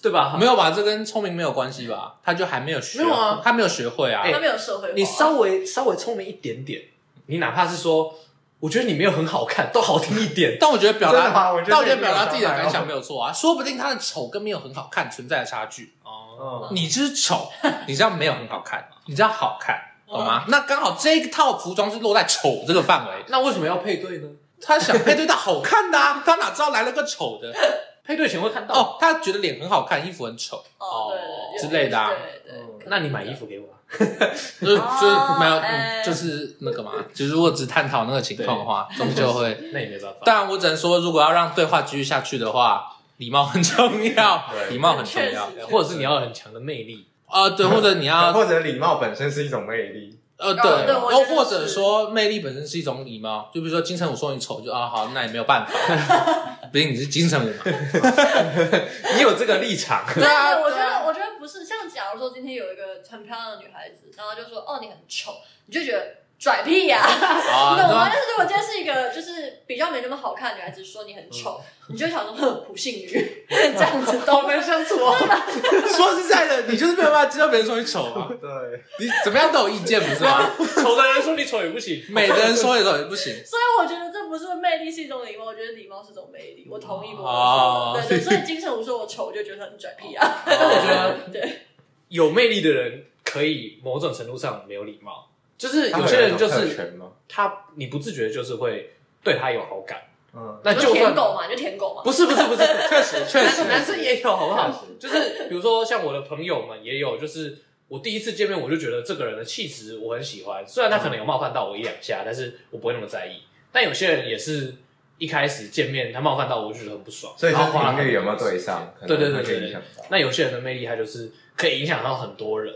S3: 对吧？
S1: 没有吧？这跟聪明没有关系吧？他就还没有学，
S3: 没有啊
S1: 他没有学会啊。
S3: 哎
S4: 他没有社会化。
S3: 你稍微稍微聪明一点点，你哪怕是说，我觉得你没有很好看，都好听一点。
S1: 但我觉得表
S2: 真的
S1: 达，
S2: 吗我觉得
S1: 但我觉得表达自己的感想没有错啊，说不定他的丑跟没有很好看存在的差距。
S2: 哦，
S1: 你就是丑， 你知道没有很好看，你知道好看，懂吗？那刚好这一套服装是落在丑这个范围，
S3: 那为什么要配对呢？
S1: 他想哎配对到好看的啊，他哪知道来了个丑的
S3: 配对前会看到。
S1: 哦？他觉得脸很好看，衣服很丑，
S4: 哦，对对对
S1: 之类的啊
S4: 对对对。
S3: 嗯那你买衣服给我啊。
S1: 就是就
S4: 哦
S1: 是没有，
S4: 哎
S1: 嗯就是那个嘛，就是如果只探讨那个情况的话，终究会。
S3: 那也没办法。
S1: 当然，我只能说，如果要让对话继续下去的话，礼貌很重要，
S2: 对
S1: 礼貌很重要
S4: 确。实
S3: 或者是你要有很强的魅力，
S1: 啊，对，或者你要
S2: 或者礼貌本身是一种魅力。
S1: 呃，对，
S4: 哦对
S1: 然后
S4: 我觉得
S1: 或者
S4: 是
S1: 说魅力本身是一种礼貌，就比如说金城武说你丑，就啊好，那也没有办法， 毕竟你是金城武嘛。
S3: 你有这个立场，
S1: 对啊，
S4: 对，我觉
S1: 对啊
S4: 得，我觉得不是。像假如说今天有一个很漂亮的女孩子，然后就说哦你很丑，你就觉得拽屁呀，
S1: 啊，
S4: 你懂吗？
S1: 那
S4: 但是如果今天是一个就是比较没那么好看的女孩子说你很丑，
S1: 嗯
S4: 你就想说哼普信 女这样子
S3: 好
S4: 都
S3: 难相处哦。
S1: 说实在的，你就是没有办法接受别人说你丑啊，
S2: 对，
S1: 你怎么样都有意见不是 吗？
S3: 丑的人说你丑也不行，
S1: 美的人说你丑也不行，
S4: 所以我觉得这不是魅力是一种礼貌，我觉得礼貌是一种魅力。我同意博文
S1: 哦
S4: 说的，对 对。所以金城武说我丑，我就觉得很拽屁啊。
S3: 但我觉得
S4: 对，
S3: 有魅力的人可以某种程度上没有礼貌，就是
S2: 他
S3: 有
S2: 们
S3: 些人就
S2: 有一
S3: 是
S2: 种特权吗？
S3: 他，你不自觉就是会对他有好感，
S2: 嗯，
S3: 那
S4: 就
S3: 就
S4: 舔
S3: 算
S4: 狗嘛，你就舔狗嘛。
S3: 不是不是 不是，
S1: 确实确实
S3: 男男生也有好不好？
S2: 确实
S3: 就是比如说像我的朋友们也有，就是我第一次见面我就觉得这个人的气质我很喜欢，虽然他可能有冒犯到我一两下，但是我不会那么在意。但有些人也是一开始见面他冒犯到我，我就觉得很不爽，
S2: 所以就
S3: 然后花
S2: 是
S3: 了
S2: 频率有没有
S3: 很多
S2: 对
S3: 时间
S2: 上，可能
S3: 对对对
S2: 会
S3: 对
S2: 影
S3: 对
S2: 响。到。
S3: 那有些人的魅力，他就是可以影响到很多人。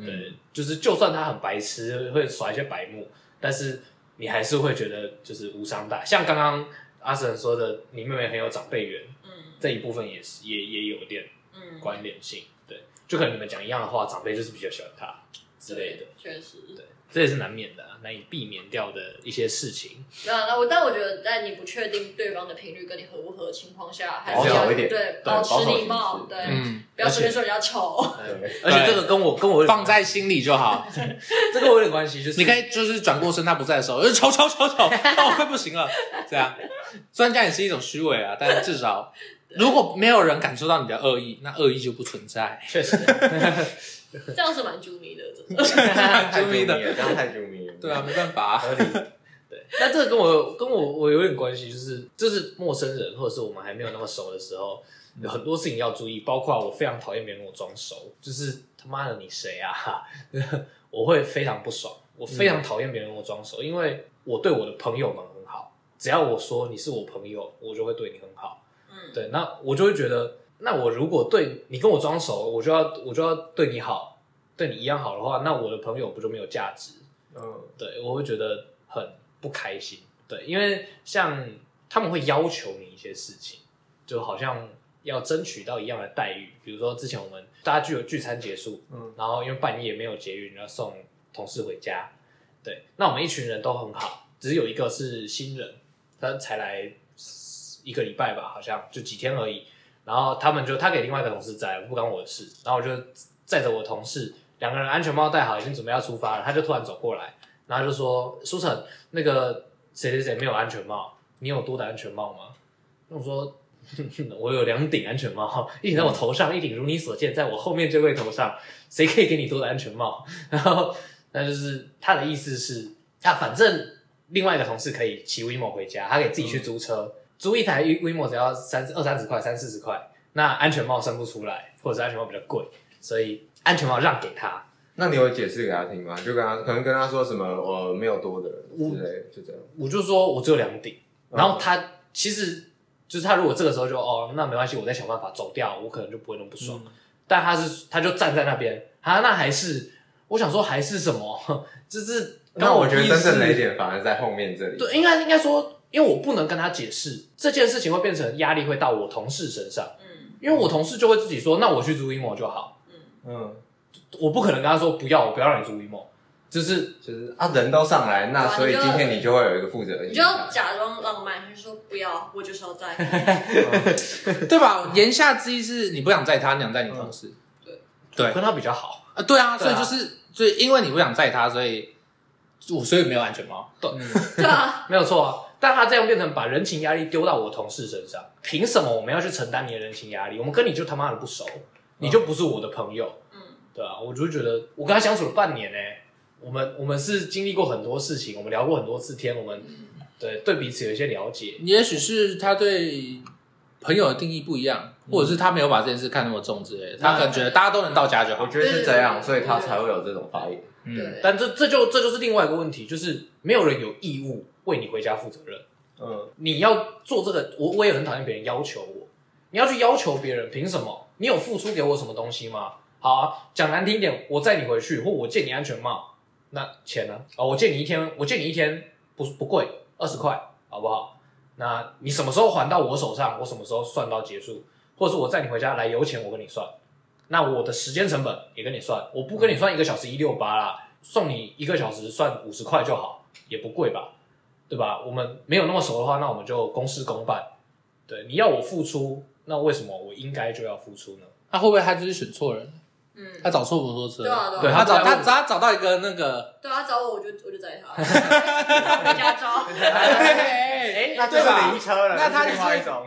S2: 嗯
S3: 对，就是就算他很白痴，会耍一些白目，但是你还是会觉得就是无伤大。像刚刚阿神说的，你妹妹很有长辈缘，
S4: 嗯
S3: 这一部分也是也也有点
S4: 嗯，
S3: 关联性。对，就可能你们讲一样的话，长辈就是比较喜欢他之类的，
S4: 确实。对
S3: 这也是难免的、啊，难以避免掉的一些事情。
S4: 啊，那我但我觉得在你不确定对方的频率跟你合不合的情况下，还是
S2: 保
S4: 要
S2: 守一点
S4: 对
S2: 保
S4: 保
S2: 守
S4: 持礼
S2: 形
S4: 貌
S2: 式，
S4: 对，
S1: 嗯，
S4: 不要随便说人家丑。
S2: 对
S3: 而且这个跟我跟我
S1: 放在心里就好。
S3: 这个我有点关系，就是
S1: 你可以就是转过身，他不在的时候，呃丑丑丑丑， 那我快不行了。这样，虽然这样也是一种虚伪啊，但至少如果没有人感受到你的恶意，那恶意就不存在。
S3: 确实，
S4: 这样是蛮猪迷的，真
S3: 嗯
S4: 的。
S2: 太
S1: 救
S2: 著
S1: 命
S2: 名
S1: 的
S2: 了，这样太著名了。
S1: 对啊，，没办法、啊，
S2: 合理。
S3: 那这个跟我跟我我有点关系，就是就是陌生人或者是我们还没有那么熟的时候，有很多事情要注意，包括我非常讨厌别人跟我装熟，就是他妈的你谁啊， 我会非常不爽，我非常讨厌别人跟我装熟，因为我对我的朋友们很好，只要我说你是我朋友，我就会对你很好，
S4: 嗯，
S3: 对，那我就会觉得，那我如果对你跟我装熟，我就要我就要对你好，对你一样好的话，那我的朋友不就没有价值？
S2: 嗯，
S3: 对我会觉得很不开心。对，因为像他们会要求你一些事情，就好像要争取到一样的待遇。比如说之前我们大家聚聚餐结束，
S2: 嗯，
S3: 然后因为半夜没有捷运，要送同事回家。对，那我们一群人都很好，只是有一个是新人，他才来一个礼拜吧，好像就几天而已。然后他们就他给另外一个同事载，不关我的事。然后我就载着我同事两个人安全帽戴好，已经准备要出发了，他就突然走过来，然后就说：“苏晨，那个谁谁谁没有安全帽，你有多的安全帽吗？”那我说：“我有两顶安全帽，一顶在我头上，一顶如你所见，在我后面这位头上。”谁可以给你多的安全帽？然后那就是他的意思是，他反正另外一个同事可以骑 WeMo 回家，他可以自己去租车，租一台 WeMo 只要三二三十块，三四十块。那安全帽生不出来，或者是安全帽比较贵，所以安全帽让给他。
S2: 那你有解释给他听吗？就跟他可能跟他说什么我没有多的人之类的，就这样。
S3: 我就说我只有两顶，
S2: 嗯
S3: 然后他、其实就是他如果这个时候就哦那没关系，我再想办法走掉，我可能就不会那么不爽。
S2: 嗯
S3: 但他是他就站在那边，啊，那还是我想说还是什么，就是
S2: 那我觉得
S3: 刚
S2: 真正
S3: 屁
S2: 的
S3: 事
S2: 一点反而在后面这里。
S3: 对，应该应该说，因为我不能跟他解释这件事情会变成压力会到我同事身上，
S4: 嗯
S3: 因为我同事就会自己说，那我去租 emo 就好，
S4: 嗯，
S2: 嗯，
S3: 我不可能跟他说不要，我不要让你租 emo，就是
S2: 就是啊，人都上来，那
S4: 对啊
S2: 所以
S4: 你就
S2: 今天你就会有一个负责的心
S4: 你就要
S2: 态。
S4: 假装浪漫，就说不要，我就是要在乎。
S1: 对吧？言下之意是你不想载他，你想载你同事。对
S3: 我跟他比较好，
S1: 啊，对啊，所
S3: 对
S1: 以
S3: 啊
S1: 就是，所以因为你不想载他，所以我所以没有安全帽。
S4: 对啊，
S3: 没有错啊。但他这样变成把人情压力丢到我同事身上，凭什么我们要去承担你的人情压力？我们跟你就他妈的不熟，你就不是我的朋友，
S4: 嗯，
S3: 对啊，我就觉得我跟他相处了半年呢、欸我们我们是经历过很多事情，我们聊过很多次天，我们对对彼此有一些了解，
S1: 也许是他对朋友的定义不一样，或者是他没有把这件事看嗯那么重之类的，他可能觉得大家都能到家就
S2: 我
S1: 好。
S2: 觉得是这样，所以他才会有这种发言。
S1: 嗯，
S4: 对，
S3: 但这这就这就是另外一个问题，就是没有人有义务为你回家负责任。
S2: 嗯，
S3: 你要做这个，我我也很讨厌别人要求我。你要去要求别人，凭什么？你有付出给我什么东西吗？好啊，讲难听一点，我载你回去，或我借你安全帽，那钱呢？哦，我借你一天，我借你一天不不贵，二十块，好不好？那你什么时候还到我手上？我什么时候算到结束？或者是我载你回家来油钱，我跟你算。那我的时间成本也跟你算，我不跟你算一个小时一六八啦，送你一个小时算五十块就好，也不贵吧，对吧？我们没有那么熟的话，那我们就公事公办。对，你要我付出，那为什么我应该就要付出呢？
S1: 那会不会他就是选错人？
S4: 嗯，
S1: 他找错摩托车，
S4: 对啊，
S3: 对
S4: 对啊，
S1: 他找他他找到一个那个，
S4: 对啊，找我我就我就载他，回家招。
S1: 哎
S3: 哎，
S2: 那就
S1: 对吧
S2: 是灵车了，
S1: 那他
S2: 是另
S1: 就是
S2: 外一种，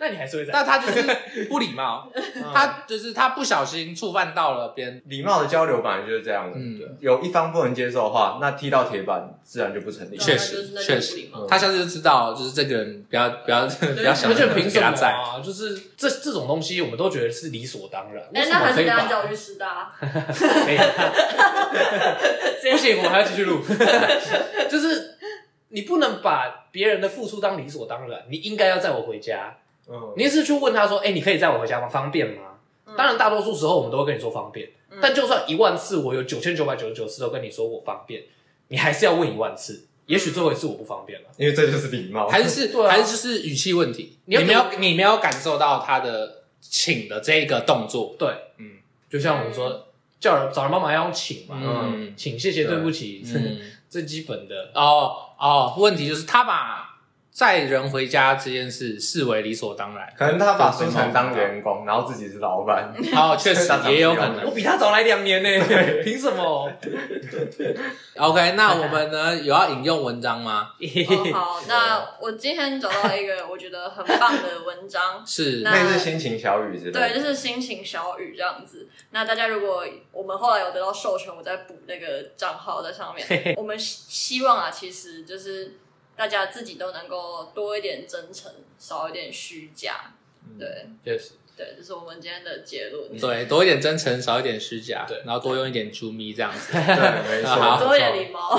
S3: 那你还是会在
S1: 那他就是不礼貌，
S2: 他
S1: 他就是他不小心触犯到了别人，
S2: 礼貌的交流本来就是这样的，
S1: 嗯
S2: 对有一方不能接受的话，那踢到铁板自然就不成立。
S4: 对
S1: 确
S4: 那
S1: 实
S4: 就是那就是
S1: 确
S4: 不礼
S1: 实嗯
S4: 貌，
S1: 他下次就知道，就是这个人不要不要不要想
S3: 而且
S1: 着
S3: 凭
S1: 给
S3: 什么
S1: 他在，
S3: 啊？就是这这种东西，我们都觉得是理所当然。为
S4: 哎，
S3: 什
S4: 那
S3: 么
S4: 还
S3: 可
S4: 是
S3: 以
S4: 等下
S3: 把？
S4: 叫我去师大，
S3: 哎
S4: 不
S3: 不行，我们还要继续录。 就是你不能把别人的付出当理所当然，你应该要载我回家。
S2: 嗯，
S3: 你也是去问他说：“哎、你可以载我回家吗？方便吗？”当然，大多数时候我们都会跟你说方便。
S4: 嗯
S3: 但就算一万次，我有九千九百九十九次都跟你说我方便，你还是要问一万次。也许最后一次我不方便了。
S2: 因为这就是礼貌。
S1: 还是
S3: 对啊
S1: 还是就是语气问题，
S3: 你
S1: 你
S3: 要
S1: 没有
S3: 给
S1: 你没有感受到他的请的这个动作，
S3: 对，
S1: 嗯
S3: 就像我们说叫人找人帮忙要用请嘛，
S1: 嗯
S3: 请谢谢
S2: 对
S3: 对不起，
S1: 嗯，
S3: 最基本的。
S1: 哦哦，问题就是他把载人回家这件事视为理所当然，
S2: 可能他把
S1: 就是
S2: 苏
S1: 没
S2: 晨
S1: 有
S2: 当员工，然后自己是老板，
S1: 哦，确 实
S2: 他长
S1: 也有可
S2: 这样
S1: 能
S3: 我。比他早来两年呢、凭什 么？
S4: 哦
S1: OK，那我们呢有要引用文章吗？，
S4: 哦好，那我今天找到一个我觉得很棒的文 章
S1: 是
S4: 那
S2: 类似心情小雨之类的。
S4: 对，就是心情小雨这样子。那大家如果我们后来有得到授权，我再补那个账号在上面。我们希希望啊，其实就是大家自己都能够多一点真诚，少一点虚假。
S2: 嗯
S4: 对
S3: 确实，
S4: 对，这是我们今天的结论。
S1: 对，多一点真诚，少一点虚假，
S3: 对
S1: 然后多用一点猪咪这样子。
S2: 对，没
S1: 好
S2: 错。
S4: 多一点礼貌。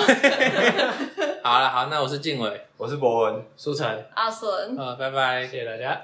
S1: 好了，好，那我是静伟，
S2: 我是博文。
S3: 苏晨，
S4: 阿森，嗯
S1: 呃，拜拜。
S3: 谢谢大家。